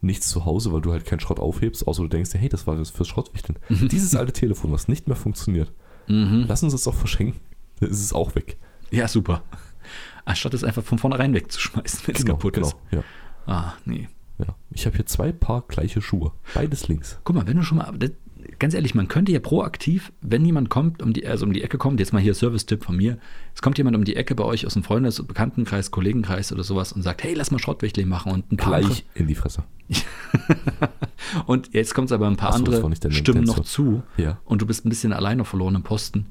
nichts zu Hause, weil du halt keinen Schrott aufhebst, außer du denkst, dir, hey, das war das fürs Schrottwichteln.
Mhm.
Dieses alte Telefon, was nicht mehr funktioniert, lass uns das auch verschenken. Dann ist es auch weg.
Ja, super. <laughs> Anstatt es einfach von vornherein wegzuschmeißen, wenn es kaputt ist.
Genau, Ja,
Ah, nee.
ja. Ich habe hier zwei Paar gleiche Schuhe. Beides links.
Guck mal, wenn du schon mal. Das, ganz ehrlich, man könnte ja proaktiv, wenn jemand kommt, um die, also um die Ecke kommt, jetzt mal hier Service-Tipp von mir. Es kommt jemand um die Ecke bei euch aus dem Freundes- und Bekanntenkreis, Kollegenkreis oder sowas und sagt: Hey, lass mal Schrottwichteln machen und ein paar andere.
Gleich in die Fresse.
<laughs> Und jetzt kommt es aber ein paar
Ach so, das war
andere
nicht deine
Stimmen noch
Intention.
zu
Ja.
und du bist ein bisschen allein auf verlorenem Posten.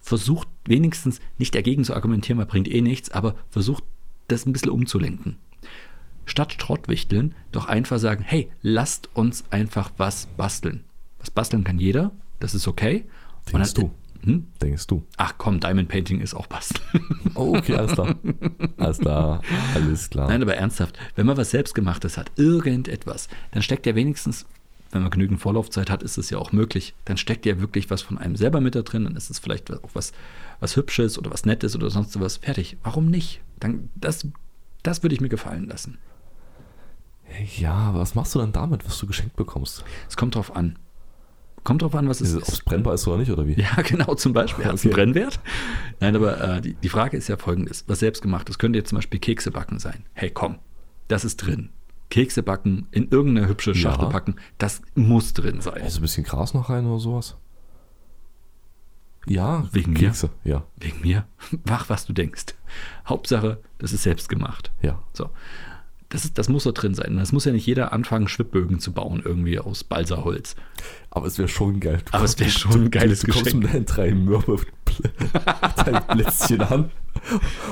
Versucht wenigstens nicht dagegen zu argumentieren, weil bringt eh nichts, aber versucht das ein bisschen umzulenken. statt Schrottwichteln doch einfach sagen, hey, lasst uns einfach was basteln. Was basteln kann jeder, das ist okay. Und
Denkst
dann- Hm?
Denkst du?
Ach komm, Diamond Painting ist auch basteln.
Oh, okay, alles klar. Alles klar. Alles klar.
Nein, aber ernsthaft, wenn man was selbstgemachtes hat, irgendetwas, dann steckt ja wenigstens, wenn man genügend Vorlaufzeit hat, ist es ja auch möglich, dann steckt ja wirklich was von einem selber mit da drin, dann ist es vielleicht auch was, was Hübsches oder was Nettes oder sonst was. Fertig. Warum nicht? Dann, das, das würde ich mir gefallen lassen.
Ja, aber was machst du dann damit, was du geschenkt bekommst?
Es kommt drauf an. Kommt drauf an, was es
Ist, Ob es brennbar ist oder nicht, oder wie?
<laughs> Ja, genau, zum Beispiel. Hat es einen
Okay.
Brennwert? Nein, aber äh, die, die Frage ist ja folgendes: Was selbstgemachtes könnte jetzt zum Beispiel Kekse backen sein. Hey, komm, das ist drin. Kekse backen, in irgendeine hübsche Schachtel
Ja.
packen, das muss drin sein.
Also ein bisschen Gras noch rein oder sowas? Ja,
Wegen mir?
Kekse. Ja,
Wegen mir, <laughs> mach, was du denkst. Hauptsache, das ist selbstgemacht.
ja.
So. Das, ist, das muss da drin sein. Und Das muss ja nicht jeder anfangen, Schwibbögen zu bauen, irgendwie aus Balsaholz.
Aber es wäre schon geil. Du
Aber es wäre schon ein geiles
du kommst
Geschenk.
mit deinen
<laughs>
drei Mörbe dein Plätzchen an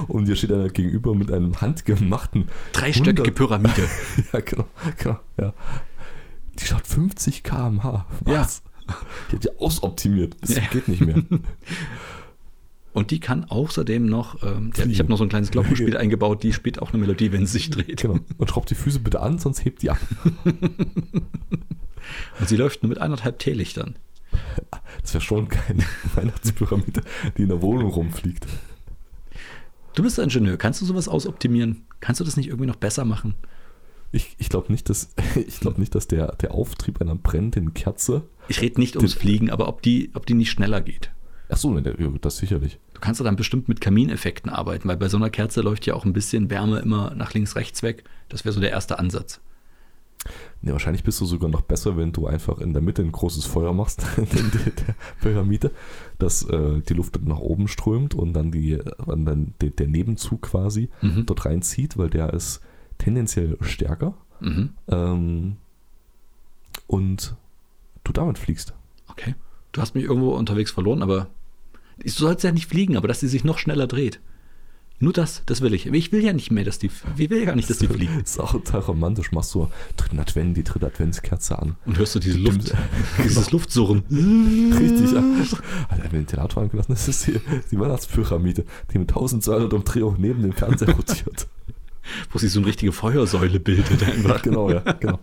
und dir steht einer gegenüber mit einem handgemachten
Dreistöckige
Wunder-
Pyramide.
<laughs> Ja, genau, genau, ja. Die schaut 50 km/h.
<laughs> Ja.
Was? Die hat die ausoptimiert. Das
Ja.
geht
<laughs>
nicht mehr.
Und die kann außerdem noch, ähm, der, ich
Fliegen.
habe noch so ein kleines Glockenspiel eingebaut, die spielt auch eine Melodie, wenn sie sich dreht.
genau. Und schraubt die Füße bitte an, sonst hebt die ab.
Und sie läuft nur mit anderthalb Teelichtern.
Das wäre schon <laughs> keine Weihnachtspyramide, die in der Wohnung rumfliegt.
Du bist ein Ingenieur, kannst du sowas ausoptimieren? Kannst du das nicht irgendwie noch besser machen?
Ich, ich glaube nicht, dass, <laughs> ich glaub nicht, dass der, der Auftrieb einer brennenden Kerze.
Ich rede nicht ums
Das-
Fliegen, aber ob die, ob die nicht schneller geht.
Achso, ne, der- ja, das sicherlich.
Du kannst ja dann bestimmt mit Kamineffekten arbeiten, weil bei so einer Kerze läuft ja auch ein bisschen Wärme immer nach links, rechts weg. Das wäre so der erste Ansatz.
Ne, wahrscheinlich bist du sogar noch besser, wenn du einfach in der Mitte ein großes Feuer machst, <laughs> in der, der Pyramide, dass äh, die Luft nach oben strömt und dann, die, und dann der, der Nebenzug quasi
Mhm.
dort reinzieht, weil der ist tendenziell stärker
Mhm.
ähm, und du damit fliegst.
Okay. Du hast mich irgendwo unterwegs verloren, aber du sollst ja nicht fliegen, aber dass sie sich noch schneller dreht. Nur das, das will ich. Ich will ja nicht mehr, dass die, ich will ja gar nicht,
<laughs>
dass die fliegt.
ist auch total romantisch. Machst so dritten Advent, die dritte Adventskerze an.
Und hörst du diese Luft,
<laughs>
dieses Luftsurren.
Richtig. ja.
Mhm.
<laughs> Hat er Ventilator angelassen? Das ist die, die Weihnachtspyramide, die mit 1200 Umdrehungen neben dem
<laughs>
Fernseher rotiert.
wo sich so eine richtige Feuersäule bildet
Ja,
einfach.
genau, ja, genau.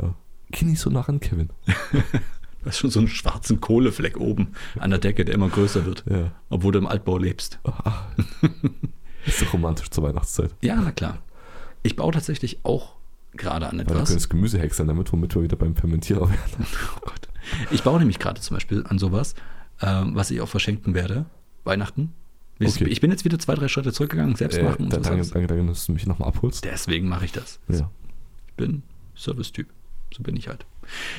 Ja. Kini so nah ran, Kevin.
Du hast schon so einen schwarzen Kohlefleck oben an der Decke, der immer größer wird,
Ja.
obwohl du im Altbau lebst. <laughs>
Ah. Ist doch romantisch zur Weihnachtszeit.
Ja, na klar. Ich baue tatsächlich auch gerade an
Aber wir können
etwas.
das Gemüse häckseln, damit womit wir wieder beim Fermentierer werden.
<laughs> Oh Gott. Ich baue nämlich gerade zum Beispiel an sowas, ähm, was ich auch verschenken werde, Weihnachten. Ich-
Okay.
Ich bin jetzt wieder zwei, drei Schritte zurückgegangen, selbst machen
Äh,
und
da-
so
danke,
selbst.
danke, danke, dass du mich nochmal abholst.
Deswegen mache ich das.
Ja.
Ich bin Service-Typ. So bin ich halt.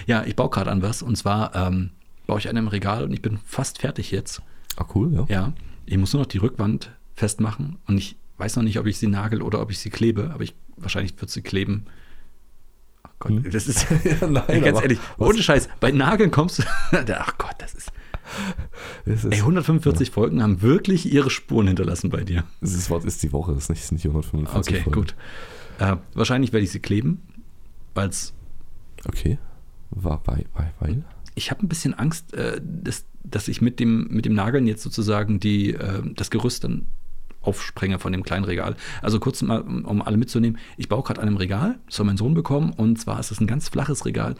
Ja, ich baue gerade an was und zwar ähm, baue ich an einem Regal und ich bin fast fertig jetzt.
Ah, cool, ja.
Ja, ich muss nur noch die Rückwand festmachen und ich weiß noch nicht, ob ich sie nagel oder ob ich sie klebe, aber ich wahrscheinlich wird sie kleben. Ach Gott,
Hm. <laughs>
das ist
Ja, nein,
Ey, ganz
aber-
ehrlich, ohne Scheiß, bei Nageln kommst du. <laughs> Ach Gott, das ist.
Es ist,
Ey, 145 Folgen haben wirklich ihre Spuren hinterlassen bei dir.
dieses Wort ist die Woche, das ist nicht, das sind nicht 145
Okay,
Folgen.
gut. Äh, wahrscheinlich werde ich sie kleben, weil
Okay. War bei, bei, weil?
ich habe ein bisschen Angst, äh, dass, dass ich mit dem, mit dem Nageln jetzt sozusagen die, äh, das Gerüst dann aufsprenge von dem kleinen Regal. Also kurz mal, um um alle mitzunehmen, ich baue gerade an einem Regal, das soll mein Sohn bekommen, und zwar ist es ein ganz flaches Regal,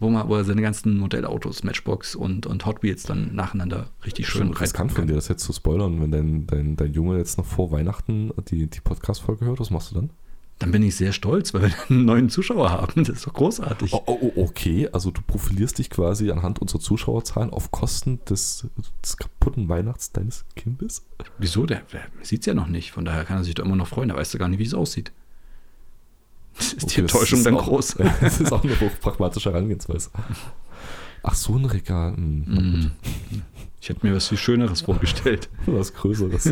wo, man, wo er seine ganzen Modellautos, Matchbox und, und Hot Wheels dann nacheinander richtig schön
Stimmt, riskant von
reinpacken
dir, das jetzt zu spoilern, wenn dein, dein, dein Junge jetzt noch vor Weihnachten die, die Podcast-Folge hört, was machst du dann?
kann. Dann bin ich sehr stolz, weil wir <laughs> einen neuen Zuschauer haben. Das ist doch großartig.
Oh, oh, oh, okay, also du profilierst dich quasi anhand unserer Zuschauerzahlen auf Kosten des, des kaputten Weihnachts deines Kindes?
Wieso? Der, der sieht es ja noch nicht. Von daher kann er sich da immer noch freuen. Da weißt du gar nicht, wie es aussieht. <laughs> Ist die
Okay, das
Enttäuschung
ist
dann
auch,
groß?
<laughs> Das ist auch eine hochpragmatische Herangehensweise. Ach, so ein Regal. hm,
<laughs>
na gut.
Mm. Ich hätte mir was viel Schöneres vorgestellt.
Was Größeres.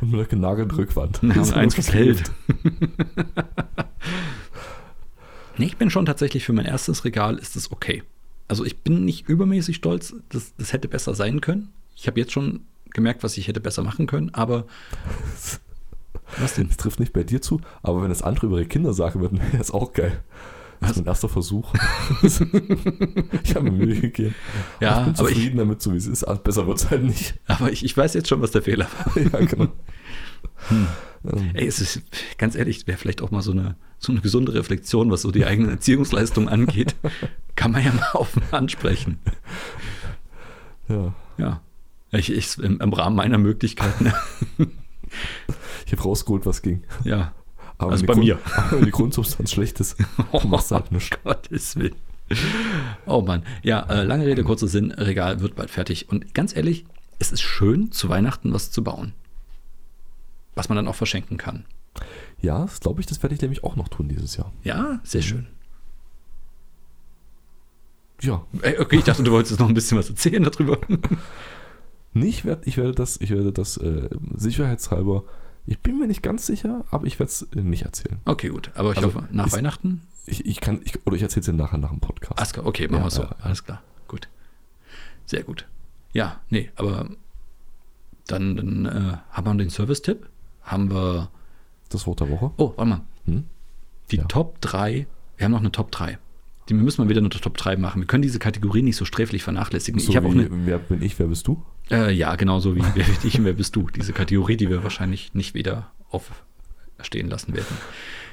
Und mit einer genagelten Rückwand.
<laughs> Ja,
Das
und eins, was
ist
hält. <laughs> Nee, ich bin schon tatsächlich für mein erstes Regal ist es okay. Also ich bin nicht übermäßig stolz, das, das hätte besser <laughs> sein können. Ich habe jetzt schon gemerkt, was ich hätte besser machen können, aber Was denn?
Das trifft nicht bei dir zu, aber wenn das andere über ihre Kinder sagen würden, <laughs> wäre das auch geil. Das ist mein erster Versuch. <laughs> ich habe mir Mühe gegeben.
Ja,
ich bin
Ah, aber ich-
zufrieden damit, so wie es ist. Ah, Besser wird es halt nicht. <laughs>
Aber ich, ich weiß jetzt schon, was der Fehler war.
ja, genau.
Hm.
Ähm,
Ey, es ist, ganz ehrlich, wäre vielleicht auch mal so eine, so eine gesunde Reflexion, was so die eigene Erziehungsleistung <laughs> angeht. Kann man ja mal offen ansprechen.
ja.
Ja. Ich, ich, im, Im Rahmen meiner
<laughs>
Möglichkeiten.
Ich habe rausgeholt, was ging.
ja.
Aber
Also
wenn die
bei mir.
<laughs> Aber wenn die Grundsubstanz
<laughs>
schlecht ist,
Oh,
machst du halt nichts.
Gottes Willen. Oh Mann. Ja, äh, lange Rede, kurzer Sinn. Regal wird bald fertig. Und ganz ehrlich, es ist schön, zu Weihnachten was zu bauen. Was man dann auch verschenken kann.
Ja, das glaube ich, das werde ich nämlich auch noch tun dieses Jahr.
Ja, sehr schön.
Ja.
Ey, Äh, okay, ich dachte, du wolltest noch ein bisschen was erzählen darüber. <laughs>
Nee, ich, werd, ich werde das, ich werde das äh, sicherheitshalber, ich bin mir nicht ganz sicher, aber ich werde es äh, nicht erzählen.
Okay, gut. Aber ich
Also,
hoffe, nach
ist-
Weihnachten?
Ich, ich kann, ich, oder ich erzähle es dir nachher nach dem Podcast.
Aska, okay, machen
Ja,
wir so.
ja, ja.
Alles klar. Gut. Sehr gut. Ja, nee, aber dann, dann äh, haben wir den Service-Tipp. Haben wir.
Das Wort der Woche.
Oh, warte mal.
Hm?
Die
Ja.
Top 3. Wir haben noch eine Top 3. Die wir müssen mal wieder eine Top 3 machen. Wir können diese Kategorie nicht so sträflich vernachlässigen.
So
ich habe auch
wie,
eine.
Wer bin ich, wer bist du?
Äh, ja,
<laughs>
genauso wie Wer bin ich und wer bist du? Diese Kategorie, die wir wahrscheinlich nicht wieder aufstehen lassen werden.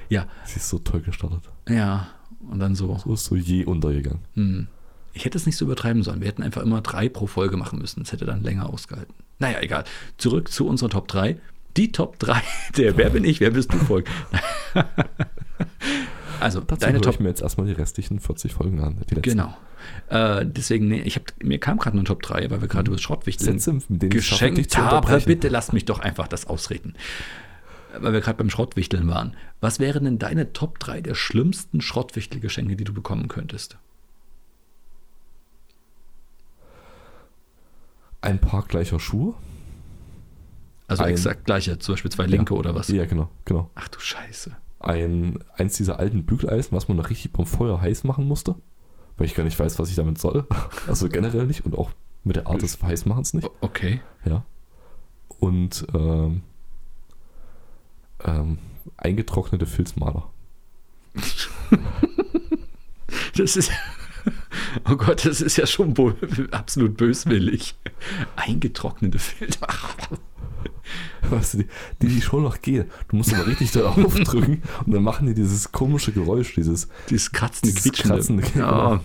Ja,
Sie ist so toll gestartet.
ja. Und dann so.
So ist so je untergegangen.
Hm. Ich hätte es nicht so übertreiben sollen. Wir hätten einfach immer drei pro Folge machen müssen. Das hätte dann länger ausgehalten. Naja, egal. Zurück zu unserer Top 3. Die Top 3 <laughs> der Wer bin ich, wer bist du Folge. <laughs> also,
Dazu
deine
höre
Top
ich mir jetzt erstmal die restlichen 40 Folgen an. Die letzten
Genau. Äh, deswegen, nee, ich hab, mir kam gerade eine Top 3, weil wir gerade über das Schrottwichteln
Sätze, mit denen ich schaffe, dich
geschenkt
zu
habe.
unterbrechen.
Bitte lasst mich doch einfach das ausreden. Weil wir gerade beim Schrottwichteln waren. Was wären denn deine Top 3 der schlimmsten Schrottwichtelgeschenke, die du bekommen könntest?
Ein paar gleicher Schuhe.
Also
Ein-
exakt gleiche, zum Beispiel zwei linke oder was?
Ja, genau, genau.
Ach du Scheiße.
Ein, eins dieser alten Bügeleisen, was man noch richtig beim Feuer heiß machen musste. Weil ich gar nicht weiß, was ich damit soll. <laughs> Also generell nicht und auch mit der Art des Heißmachens nicht.
O- Okay.
Ja. Und ähm, ähm, eingetrocknete Filzmaler.
Das ist. <laughs> Oh Gott, das ist ja schon bo <laughs> absolut böswillig. Eingetrocknete Filter.
Weißt du, die, die, die schon noch gehen. Du musst aber richtig <laughs> darauf drücken und dann machen die dieses komische Geräusch, dieses
Dieses kratzende,
Dieses
quietschende.
kratzende, genau.
ja.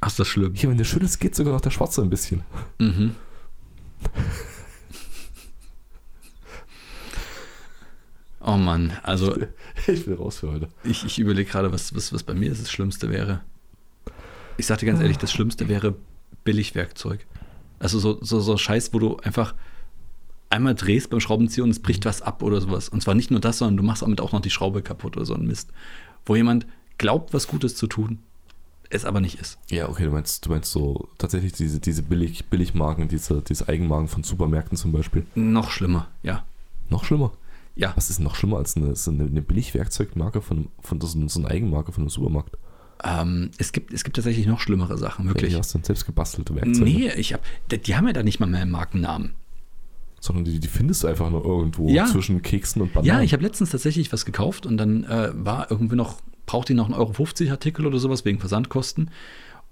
Ach, ist das schlimm.
Hier, wenn du schüttelst, geht sogar noch der Schwarze ein bisschen. <laughs>
Mhm. Oh Mann, also
Ich will raus für heute.
ich, ich überlege gerade, was, was, was bei mir das Schlimmste wäre. Ich sag dir ganz ehrlich, das Schlimmste wäre Billigwerkzeug. Also so, so, so Scheiß, wo du einfach einmal drehst beim Schraubenziehen und es bricht was ab oder sowas. Und zwar nicht nur das, sondern du machst damit auch noch die Schraube kaputt oder so ein Mist. Wo jemand glaubt, was Gutes zu tun, es aber nicht ist.
Ja, okay, du meinst, du meinst so tatsächlich diese, diese Billig, Billigmarken, diese, diese Eigenmarken von Supermärkten zum Beispiel.
Noch schlimmer, ja.
Noch schlimmer.
Ja,
Was ist noch schlimmer als eine, so eine, eine Billigwerkzeugmarke von, von so, so eine Eigenmarke von einem Supermarkt?
ähm, es, gibt, es gibt tatsächlich noch schlimmere Sachen, wirklich.
Ja, hast du denn selbst gebastelte Werkzeuge?
nee, ich hab, die, die haben ja da nicht mal mehr einen Markennamen.
Sondern die, die findest du einfach nur irgendwo
Ja.
zwischen Keksen und Bananen.
Ja, ich habe letztens tatsächlich was gekauft und dann äh, war irgendwie noch, brauchte ich noch einen Euro 50 Artikel oder sowas wegen Versandkosten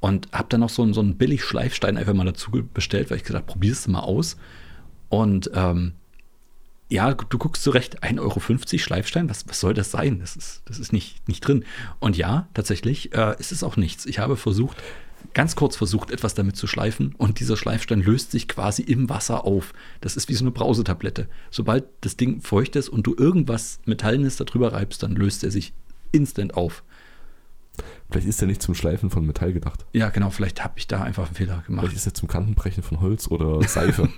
und habe dann noch so, einen- so einen billig Schleifstein einfach mal dazu ge- bestellt, weil ich gesagt habe, probier es mal aus. Und ähm, ja, gu- du guckst zurecht, 1,50 Euro Schleifstein, was, was soll das sein? Das ist, das ist nicht, nicht drin. Und ja, tatsächlich äh, ist es auch nichts. Ich habe versucht, ganz kurz versucht, etwas damit zu schleifen und dieser Schleifstein löst sich quasi im Wasser auf. Das ist wie so eine Brausetablette. Sobald das Ding feucht ist und du irgendwas Metallenes darüber reibst, dann löst er sich instant auf.
Vielleicht ist der nicht zum Schleifen von Metall gedacht.
Ja, genau, vielleicht habe ich da einfach einen Fehler gemacht.
Vielleicht ist er zum Kantenbrechen von Holz oder
<laughs>
Seife.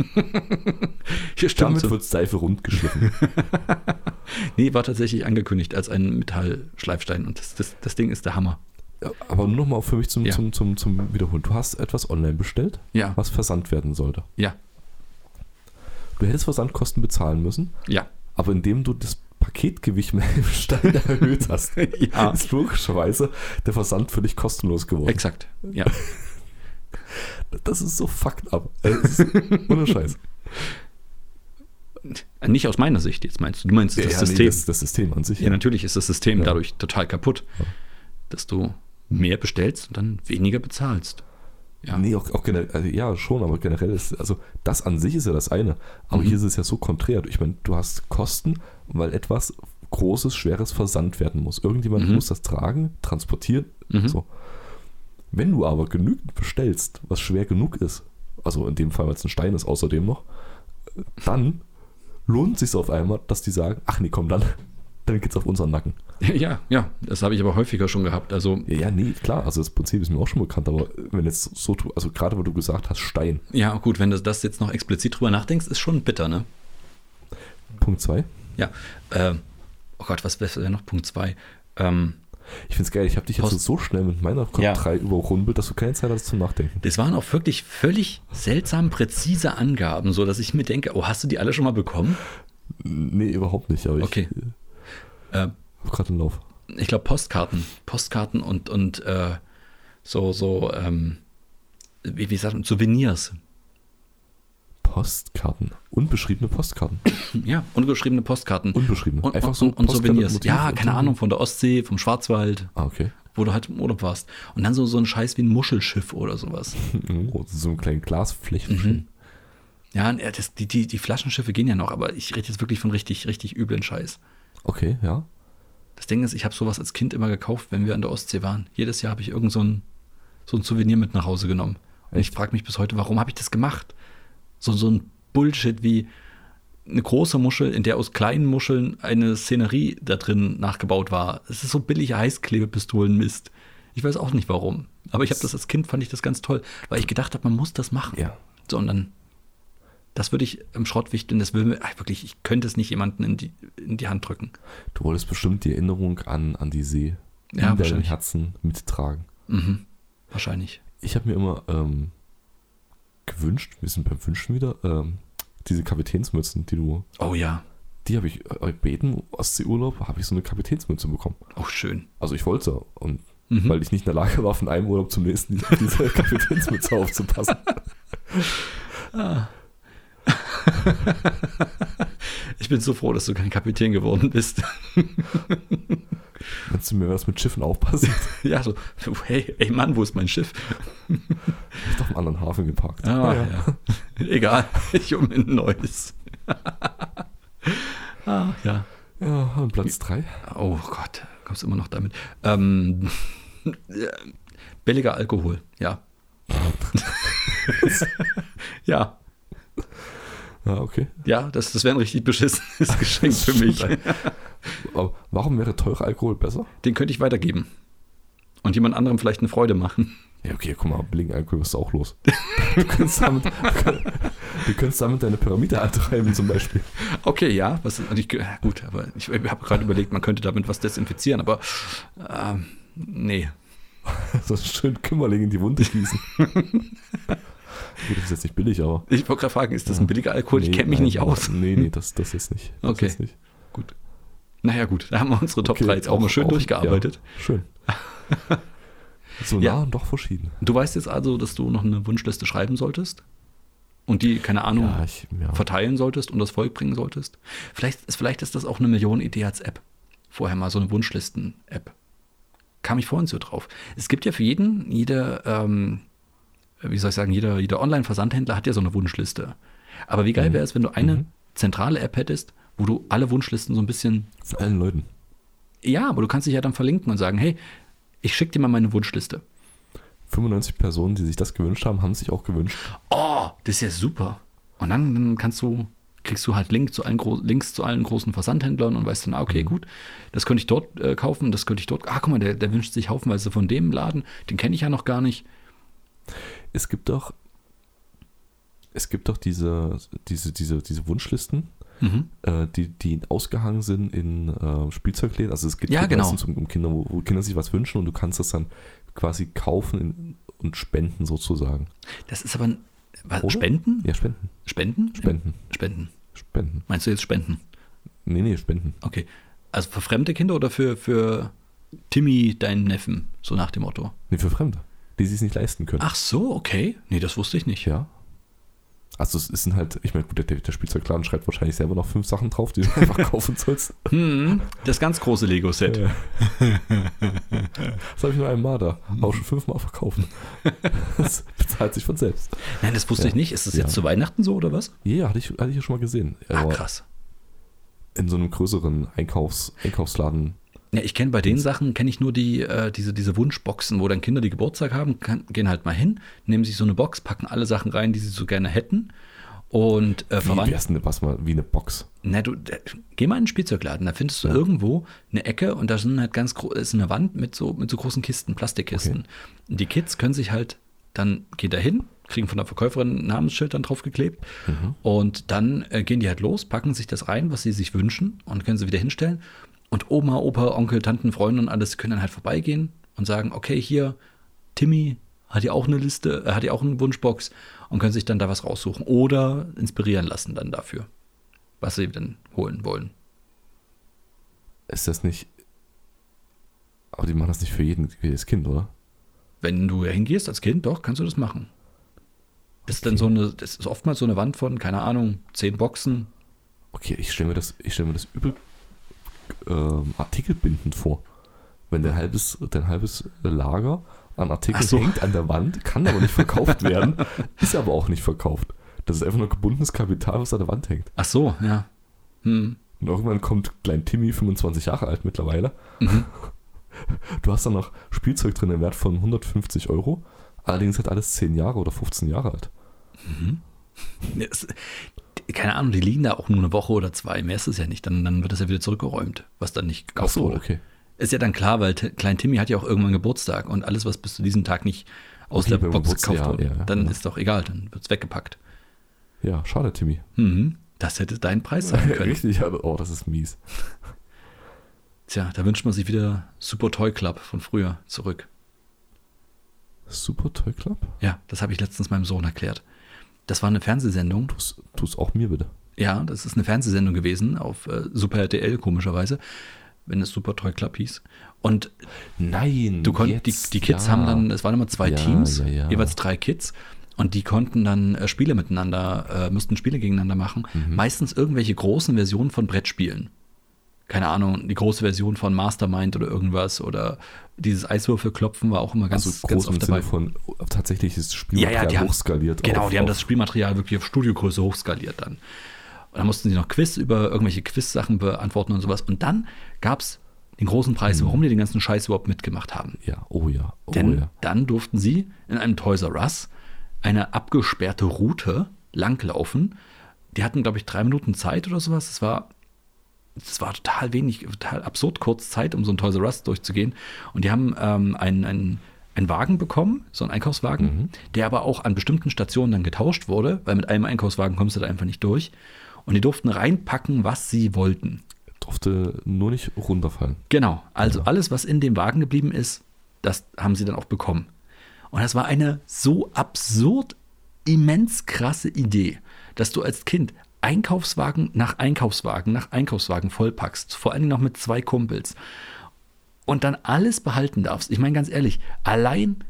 Hier stimmt
Damit
so.
wird Seife rund geschliffen.
Nee, war tatsächlich angekündigt als ein Metallschleifstein und das, das, das Ding ist der Hammer.
Ja, Aber nur nochmal für mich zum,
Ja.
zum, zum, zum Wiederholen. Du hast etwas online bestellt,
Ja,
was versandt werden sollte.
ja,
Du hättest Versandkosten bezahlen müssen,
ja.
aber indem du das Paketgewicht <laughs> mit einem Stein erhöht hast,
<laughs> Ja.
ist logischerweise der Versand für dich kostenlos geworden.
Exakt. Ja. <laughs>
Das ist so fucked up. Das ist ohne Scheiß.
Nicht aus meiner Sicht jetzt meinst du. Du meinst das System.
das, das System an sich.
ja, natürlich ist das System
Ja.
dadurch total kaputt,
Ja.
dass du mehr bestellst und dann weniger bezahlst. <laughs> Ja.
Nee, auch, auch generell, also ja, schon, aber generell ist, also das an sich ist ja das eine. Aber
Mhm.
hier ist es ja so konträr. Ich meine, du hast Kosten, weil etwas Großes, Schweres versandt werden muss. Irgendjemand
Mhm.
muss das tragen, transportieren.
Mhm.
So. Wenn du aber genügend bestellst, was schwer genug ist, also in dem Fall, weil es ein Stein ist, außerdem noch, dann lohnt sich auf einmal, dass die sagen, ach nee, komm dann, <laughs> dann geht's auf unseren Nacken.
Ja, ja, das habe ich aber häufiger schon gehabt. Also,
Ja, ja, nee, klar, also das Prinzip ist mir auch schon bekannt, aber wenn jetzt so, tu- also gerade weil du gesagt hast, Stein,
ja, gut, wenn du das jetzt noch explizit drüber nachdenkst, ist schon bitter, ne?
Punkt 2.
Ja. Ähm, oh Gott, was wäre noch Punkt 2? Ähm,
Ich find's geil, ich habe dich jetzt
Post-
so schnell mit meiner Kopf
Ja.
3 überrumpelt, dass du keine Zeit hattest zum Nachdenken.
das waren auch wirklich völlig seltsam präzise Angaben, so dass ich mir denke, oh, hast du die alle schon mal bekommen?
Nee, überhaupt nicht, aber ich
Okay. Äh,
hab gerade einen Lauf.
ich glaube Postkarten, Postkarten und und äh, so so ähm, wie, wie sagt man Souvenirs,
Postkarten. Unbeschriebene Postkarten.
ja, ungeschriebene Postkarten
Unbeschriebene.
und,
Einfach
und,
so
und, und
Postkarten
Souvenirs.
mit Motiv
Ja,
und
keine
so.
Ahnung von der Ostsee, vom Schwarzwald,
Ah, okay.
wo du halt im Urlaub warst und dann so so ein Scheiß wie ein Muschelschiff oder sowas.
Oh, so ein kleinen
Mhm.
Glasflächen.
Ja, und, äh, das, die, die, die Flaschenschiffe gehen ja noch, aber ich rede jetzt wirklich von richtig, richtig üblen Scheiß.
Okay, ja.
Das Ding ist, ich habe sowas als Kind immer gekauft, wenn wir an der Ostsee waren. Jedes Jahr habe ich irgend so ein, so ein Souvenir mit nach Hause genommen. Und ich frage mich bis heute, warum habe ich das gemacht? So, so ein Bullshit wie eine große Muschel, in der aus kleinen Muscheln eine Szenerie da drin nachgebaut war. Es ist so billiger Heißklebepistolenmist. Ich weiß auch nicht warum. Aber ich habe das als Kind, fand ich das ganz toll, weil ich gedacht habe, man muss das machen.
Ja.
So, und dann, das würde ich im Schrottwichteln, das würde mir, ach, wirklich, ich könnte es nicht jemandem in die, in die Hand drücken.
Du wolltest bestimmt die Erinnerung an, an die See
Ja,
in deinem
wahrscheinlich.
Herzen mittragen.
Mhm. Wahrscheinlich.
Ich habe mir immer ähm, gewünscht, wir sind beim Wünschen wieder, ähm, diese Kapitänsmützen, die du,
Oh ja.
die habe ich äh, beten, Ostseeurlaub, habe ich so eine Kapitänsmütze bekommen.
Auch Oh, schön.
Also ich wollte und
Mhm.
weil ich nicht in der Lage war, von einem Urlaub zum nächsten <laughs> auf diese Kapitänsmütze aufzupassen.
Ich bin so froh, dass du kein Kapitän geworden bist. <laughs>
Kannst du mir was mit Schiffen aufpassen? <laughs>
ja, so, hey, ey Mann, wo ist mein Schiff?
Ich doch im anderen Hafen geparkt.
Ah,
Naja.
ja. <laughs> Egal, ich um ein neues. <laughs> ah, ja.
ja, und Platz 3.
Oh Gott, kommst immer noch damit. Ähm, <laughs> äh, billiger Alkohol, ja. <laughs> ja,
Ja, okay.
ja, das, das wäre ein richtig beschissenes <laughs> Geschenk für
<laughs>
mich.
Aber warum wäre teurer Alkohol besser?
Den könnte ich weitergeben. Und jemand anderem vielleicht eine Freude machen.
Ja, okay, guck mal, billigen Alkohol bist du auch los. <laughs> Du kannst damit, <laughs> du kannst damit deine Pyramide antreiben zum Beispiel. <laughs>
Okay, ja, was, und ich, ja, gut, aber ich, ich habe gerade überlegt, man könnte damit was desinfizieren, aber ähm, nee.
So schön Kümmerling in die Wunde gießen. <laughs> Gut, das ist jetzt nicht billig, aber...
Ich wollte gerade fragen, ist das ein billiger Alkohol? ich
Nee,
kenne mich
nein,
nicht aus.
Nee, nee, das, das ist nicht. Das
Okay.
Ist nicht.
Gut. Naja, gut, da haben wir unsere Top
Okay,
3 jetzt auch mal schön durchgearbeitet. <laughs>
Ja, schön. So
Ja.
nah und doch verschieden.
Du weißt jetzt also, dass du noch eine Wunschliste schreiben solltest und die, keine Ahnung,
ich, ja.
verteilen solltest und das Volk bringen solltest. Vielleicht ist, vielleicht ist das auch eine Millionenidee als App. Vorher mal so eine Wunschlisten-App. Kam ich vorhin so drauf. Es gibt ja für jeden, jeder, ähm, wie soll ich sagen, jeder, jeder Online-Versandhändler hat ja so eine Wunschliste. Aber wie geil wäre es, wenn du eine zentrale App hättest, wo du alle Wunschlisten so ein bisschen
Von allen Leuten.
ja, aber du kannst dich ja dann verlinken und sagen, hey, ich schicke dir mal meine Wunschliste.
95 Personen, die sich das gewünscht haben, haben es sich auch gewünscht.
Oh, das ist ja super. Und dann, dann kannst du, kriegst du halt Link zu allen Gro Links zu allen großen Versandhändlern und weißt dann, ah,
Mhm.
okay, gut, das könnte ich dort äh, kaufen, das könnte ich dort. Ah, guck mal, der, der wünscht sich haufenweise von dem Laden, den kenne ich ja noch gar nicht.
Es gibt doch, es gibt doch diese, diese, diese, diese Wunschlisten,
Mhm.
äh, die, die ausgehangen sind in äh, Spielzeugläden. Also es geht
Ja, genau.
meistens um, um Kinder, wo, wo Kinder sich was wünschen und du kannst das dann quasi kaufen in, und spenden sozusagen.
Das ist aber ein. Was,
Oder?
Spenden?
Ja, spenden.
Spenden?
Spenden.
Spenden.
Spenden.
Meinst du jetzt Spenden?
Nee, nee, spenden.
Okay. Also für fremde Kinder oder für, für Timmy, deinen Neffen? So nach dem Motto. Ah,
Nee, für Fremde, die sich nicht leisten können.
Ach so, okay. Nee, das wusste ich nicht.
Ja. Also es sind halt, ich meine, gut, der, der Spielzeugladen schreibt wahrscheinlich selber noch fünf Sachen drauf, die du <laughs> einfach kaufen sollst.
Hm, das ganz große Lego-Set.
Ja. Das habe ich nur einmal da. Auch schon
<laughs>
fünfmal verkauft. Das bezahlt sich von selbst.
Nein, das wusste
Ja.
ich nicht. Ist das
Ja.
jetzt zu Weihnachten so oder was?
Ja, hatte ich, hatte ich ja schon mal gesehen.
Ah,
Aber
krass.
in so einem größeren Einkaufs, Einkaufsladen.
Ja, ich kenne bei den Sachen, kenne ich nur die, äh, diese, diese Wunschboxen, wo dann Kinder, die Geburtstag haben, kann, gehen halt mal hin, nehmen sich so eine Box, packen alle Sachen rein, die sie so gerne hätten. Und äh,
Wie
verwandt.
wär's denn, was mal, wie eine Box?
Na, du, da- geh mal in den Spielzeugladen, da findest du
Ja.
irgendwo eine Ecke und da sind halt ganz gro- ist eine Wand mit so, mit so großen Kisten, Plastikkisten. Und die Kids können sich halt dann, gehen da hin, kriegen von der Verkäuferin ein Namensschild dann draufgeklebt und dann äh, gehen die halt los, packen sich das rein, was sie sich wünschen und können sie wieder hinstellen. Und Oma, Opa, Onkel, Tanten, Freunde und alles können dann halt vorbeigehen und sagen, okay, hier, Timmy hat ja auch eine Liste, äh, hat ja auch eine Wunschbox und können sich dann da was raussuchen oder inspirieren lassen dann dafür was sie denn holen wollen.
Ist das nicht. Aber die machen das nicht für jeden, für jedes Kind, oder?
Wenn du hingehst als Kind, doch, kannst du das machen. Das ist dann so eine, das ist oftmals so eine Wand von, keine Ahnung, zehn Boxen.
Okay, ich stelle mir das, ich stell mir das übel ähm, artikelbindend vor. Wenn dein halbes, dein halbes Lager an Artikeln
Ach so.
hängt an der Wand, kann aber nicht
<laughs>
verkauft werden, ist aber auch nicht verkauft. Das ist einfach nur gebundenes Kapital, was an der Wand hängt.
Ach so, ja. Hm.
Und irgendwann kommt Klein Timmy, 25 Jahre alt mittlerweile.
Mhm.
Du hast dann noch Spielzeug drin im Wert von 150 Euro. Allerdings hat alles 10 Jahre oder 15 Jahre alt.
Ja, Es, keine Ahnung, die liegen da auch nur eine Woche oder zwei. Mehr ist es ja nicht. Dann, dann wird das ja wieder zurückgeräumt, was dann nicht gekauft wurde.
okay.
Ist ja dann klar, weil T Klein Timmy hat ja auch irgendwann Geburtstag und alles, was bis zu diesem Tag nicht aus
Okay,
der
beim
Box
Geburtstag,
gekauft
ja,
wurde,
ja, genau. ja.
dann
Ja.
ist doch egal, dann wird es weggepackt.
Ja,
<laughs>
schade, Timmy.
Mhm. Das hätte dein Preis
<laughs>
sein können.
Richtig, aber- oh, das ist mies.
Tja, da wünscht man sich wieder Super Toy Club von früher zurück.
Super Toy Club?
Ja, das habe ich letztens meinem Sohn erklärt. Das war eine Fernsehsendung.
Tu's, tu's auch mir bitte.
Ja, das ist eine Fernsehsendung gewesen auf äh, Super RTL, komischerweise, wenn es Super Toy Club hieß. Und
Nein,
du konntest, die, die Kids haben dann, es waren immer zwei
Ja,
Teams,
ja, ja.
jeweils drei Kids. Und die konnten dann äh, Spiele miteinander, äh, müssten Spiele gegeneinander machen.
Mhm.
Meistens irgendwelche großen Versionen von Brettspielen. Keine Ahnung, die große Version von Mastermind oder irgendwas. Oder dieses Eiswürfelklopfen war auch immer ganz,
also
ganz
groß im
oft
Sinne
dabei.
von äh, tatsächlich ist
Ja, ja,
das Spielmaterial
die haben-
hochskaliert.
Genau,
auf-
die haben
auf-
das Spielmaterial wirklich auf Studiogröße hochskaliert dann. Und dann mussten sie noch Quiz über irgendwelche Quiz-Sachen beantworten und sowas. Und dann gab es den großen Preis,
Mhm.
warum die den ganzen Scheiß überhaupt mitgemacht haben.
Ja, oh ja, oh
Denn
ja.
dann durften sie in einem Toys R Us eine abgesperrte Route langlaufen. Die hatten, glaube ich, drei Minuten Zeit oder sowas. Das war, das war total wenig, total absurd kurz Zeit, um so ein Toys R Us durchzugehen. Und die haben ähm, einen, einen, einen Wagen bekommen, so einen Einkaufswagen,
Mhm.
der aber auch an bestimmten Stationen dann getauscht wurde, weil mit einem Einkaufswagen kommst du da einfach nicht durch. Und die durften reinpacken, was sie wollten.
Durfte nur nicht runterfallen.
Genau, also alles, was in dem Wagen geblieben ist, das haben sie dann auch bekommen. Und das war eine so absurd, immens krasse Idee, dass du als Kind Einkaufswagen nach Einkaufswagen nach Einkaufswagen vollpackst, vor allem noch mit zwei Kumpels und dann alles behalten darfst. Ich meine ganz ehrlich, allein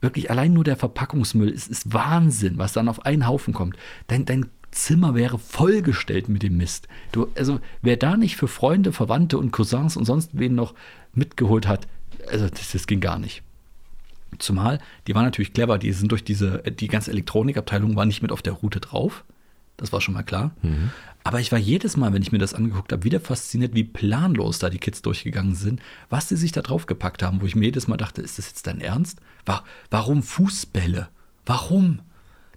wirklich allein nur der Verpackungsmüll, es ist Wahnsinn, was dann auf einen Haufen kommt. Dein, dein Zimmer wäre vollgestellt mit dem Mist. Du, also wer da nicht für Freunde, Verwandte und Cousins und sonst wen noch mitgeholt hat, also das, das ging gar nicht. Zumal, die waren natürlich clever, die sind durch diese, die ganze Elektronikabteilung war nicht mit auf der Route drauf. Das war schon mal klar.
Mhm.
Aber ich war jedes Mal, wenn ich mir das angeguckt habe, wieder fasziniert, wie planlos da die Kids durchgegangen sind, was sie sich da drauf gepackt haben, wo ich mir jedes Mal dachte, ist das jetzt dein Ernst? Wa- Warum Fußbälle? Warum?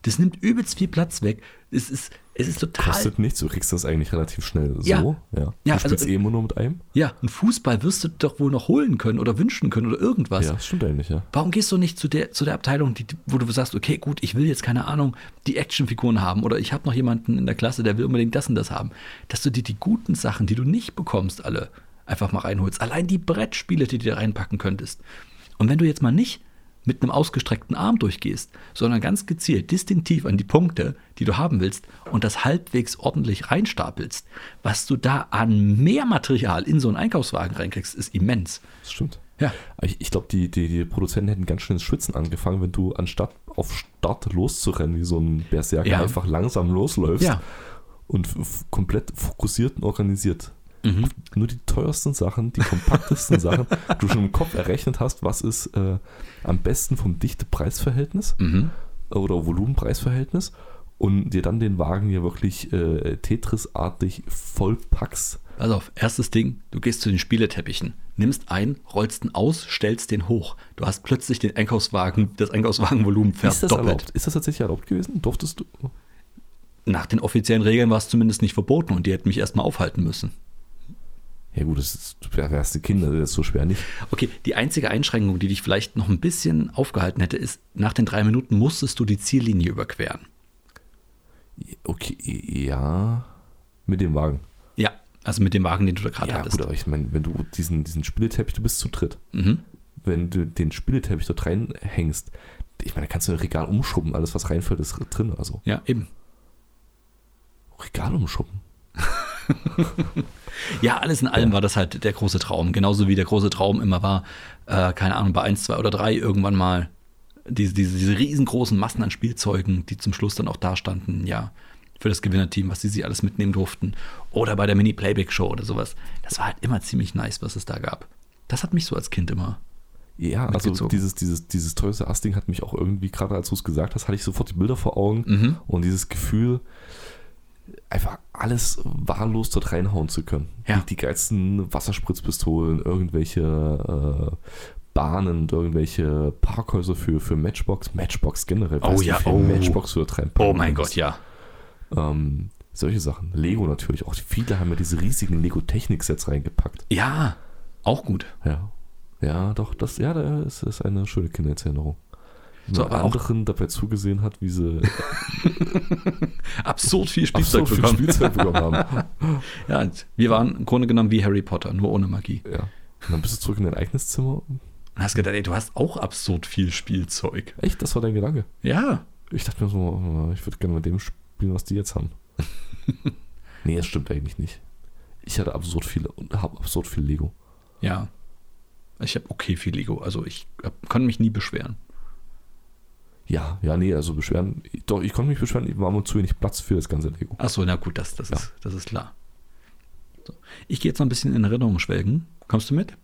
Das nimmt übelst viel Platz weg. Es ist, es ist total.
Kostet nichts, du kriegst das eigentlich relativ schnell so.
Ja.
ja.
Ja,
du
also-
spielst eh immer nur mit einem.
Ja, einen Fußball wirst du doch wohl noch holen können oder wünschen können oder irgendwas.
Ja, stimmt eigentlich, ja.
Warum gehst du nicht zu der, zu der Abteilung, die, wo du sagst, okay, gut, ich will jetzt keine Ahnung, die Actionfiguren haben oder ich habe noch jemanden in der Klasse, der will unbedingt das und das haben, dass du dir die guten Sachen, die du nicht bekommst, alle einfach mal reinholst. Allein die Brettspiele, die du dir reinpacken könntest. Und wenn du jetzt mal nicht mit einem ausgestreckten Arm durchgehst, sondern ganz gezielt, distinktiv an die Punkte, die du haben willst und das halbwegs ordentlich reinstapelst, was du da an mehr Material in so einen Einkaufswagen reinkriegst, ist immens.
Das stimmt.
Ja.
Ich, ich glaube, die, die, die Produzenten hätten ganz schön ins Schwitzen angefangen, wenn du anstatt auf Start loszurennen, wie so ein Berserker,
Ja.
einfach langsam losläufst
Ja.
und f- f- komplett fokussiert und organisiert.
Mhm.
Nur die teuersten Sachen,
<laughs>
die kompaktesten Sachen, du schon im Kopf errechnet hast, was ist äh, am besten vom Dichte-Preisverhältnis
Mhm.
oder Volumenpreisverhältnis und dir dann den Wagen hier wirklich äh, Tetris-artig vollpackst.
Pass auf, erstes Ding, du gehst zu den Spieleteppichen, nimmst einen, rollst ihn aus, stellst den hoch. Du hast plötzlich den Einkaufswagen, das Einkaufswagenvolumen
Ist das
verdoppelt.
erlaubt? Ist das tatsächlich erlaubt gewesen? Durftest du?
Nach den offiziellen Regeln war es zumindest nicht verboten und die hätten mich erstmal aufhalten müssen.
Ja gut, das ist, du wärst die Kinder, das ist so schwer nicht.
Okay, die einzige Einschränkung, die dich vielleicht noch ein bisschen aufgehalten hätte, ist, nach den drei Minuten musstest du die Ziellinie überqueren.
Okay, ja. Mit dem Wagen.
Ja, also mit dem Wagen, den du da gerade
Ja,
hattest.
gut, aber ich meine, wenn du diesen, diesen Spieleteppich, du bist zu dritt.
Mhm.
Wenn du den Spieleteppich dort reinhängst, ich meine, da kannst du ein Regal umschubben, alles was reinfällt, ist drin. Also
Ja, eben.
Regal umschubben.
Ja, alles in allem war das halt der große Traum. Genauso wie der große Traum immer war, äh, keine Ahnung, bei 1, 2 oder 3 irgendwann mal diese, diese, diese riesengroßen Massen an Spielzeugen, die zum Schluss dann auch da standen, ja, für das Gewinnerteam, was sie sich alles mitnehmen durften. Oder bei der Mini-Playback-Show oder sowas. Das war halt immer ziemlich nice, was es da gab. Das hat mich so als Kind immer.
Ja, also
Mitgezogen.
dieses, dieses, dieses teuerste Asting hat mich auch irgendwie, gerade als du es gesagt hast, hatte ich sofort die Bilder vor Augen
Mhm.
und dieses Gefühl, einfach alles wahllos dort reinhauen zu können.
Ja.
Die, die geilsten Wasserspritzpistolen, irgendwelche äh, Bahnen und irgendwelche Parkhäuser für, für Matchbox, Matchbox generell.
Oh
Weißt du, wie
ja,
viel
oh.
Matchbox du dort reinpacken
Oh mein
kannst?
Gott, ja.
Ähm, solche Sachen. Lego natürlich auch. Viele haben ja diese riesigen Lego-Technik-Sets reingepackt.
Ja, auch gut.
Ja. Ja, doch, das, ja, das ist eine schöne Kindheitserinnerung. Wenn
So,
man
aber auch-
anderen dabei zugesehen hat,
<laughs>
wie sie
Absurd viel Spielzeug
absurd viel
bekommen.
Spielzeug bekommen
<laughs>
haben.
Ja, wir waren im Grunde genommen wie Harry Potter, nur ohne Magie.
Ja. Und dann bist du zurück in dein eigenes Zimmer.
Und hast gedacht, ey, du hast auch absurd viel Spielzeug.
Echt, das war dein Gedanke.
Ja.
Ich dachte mir so, äh, ich würde gerne mit dem spielen, was die
<laughs>
jetzt haben. nee, das stimmt eigentlich nicht. Ich hatte absurd viele und habe absurd viel Lego.
Ja. Ich habe okay viel Lego. Also ich hab, kann mich nie beschweren.
Ja, ja, nee, also beschweren. Doch, ich konnte mich beschweren, ich war mir zu wenig Platz für das ganze Lego.
Achso, na gut, das, das,
Ja.
ist, das ist klar. So. Ich gehe jetzt noch ein bisschen in Erinnerung schwelgen. Kommst du mit?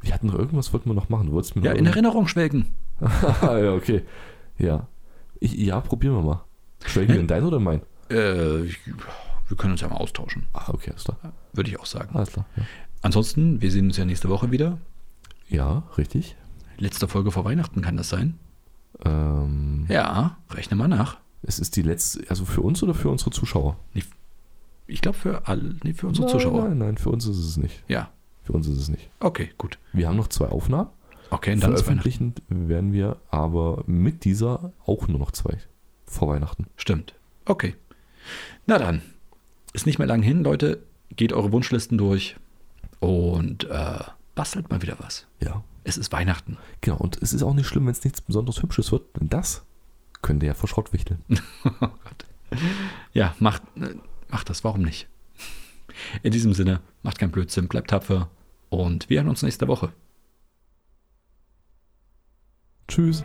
Wir hatten noch irgendwas, wollten wir noch machen. Du wolltest mir
Ja,
noch
in
irgend-
Erinnerung schwelgen.
<laughs> Ah, ja, okay. Ja. Ich, ja, probieren wir mal. Schwelgen wir in dein oder in mein?
Äh, ich, wir können uns ja mal austauschen,
Ah, okay, alles klar.
würde ich auch sagen.
Alles klar. Ja,
Ansonsten, wir sehen uns ja nächste Woche wieder.
ja richtig.
Letzte Folge vor Weihnachten kann das sein.
Ähm,
Ja, rechne mal nach.
Es ist die letzte, also für uns oder für unsere Zuschauer?
Ich glaube für alle, nee, für unsere
nein,
Zuschauer.
Nein, nein, für uns ist es nicht.
Ja,
Für uns ist es nicht.
okay, gut.
Wir haben noch zwei Aufnahmen.
Okay, und dann ist Weihnachten.
Veröffentlichen werden wir aber mit dieser auch nur noch zwei. Vor Weihnachten.
Stimmt. Okay. Na dann, ist nicht mehr lang hin, Leute. Geht eure Wunschlisten durch und äh, bastelt mal wieder was.
Ja.
Es ist Weihnachten. <laughs>
Genau. Und es ist auch nicht schlimm, wenn es nichts besonders Hübsches wird, denn das könnte ja vor Schrott wichteln.
Oh Gott. Ja, macht, äh, macht das, warum nicht? In diesem Sinne, macht keinen Blödsinn, bleibt tapfer und wir hören uns nächste Woche.
Tschüss.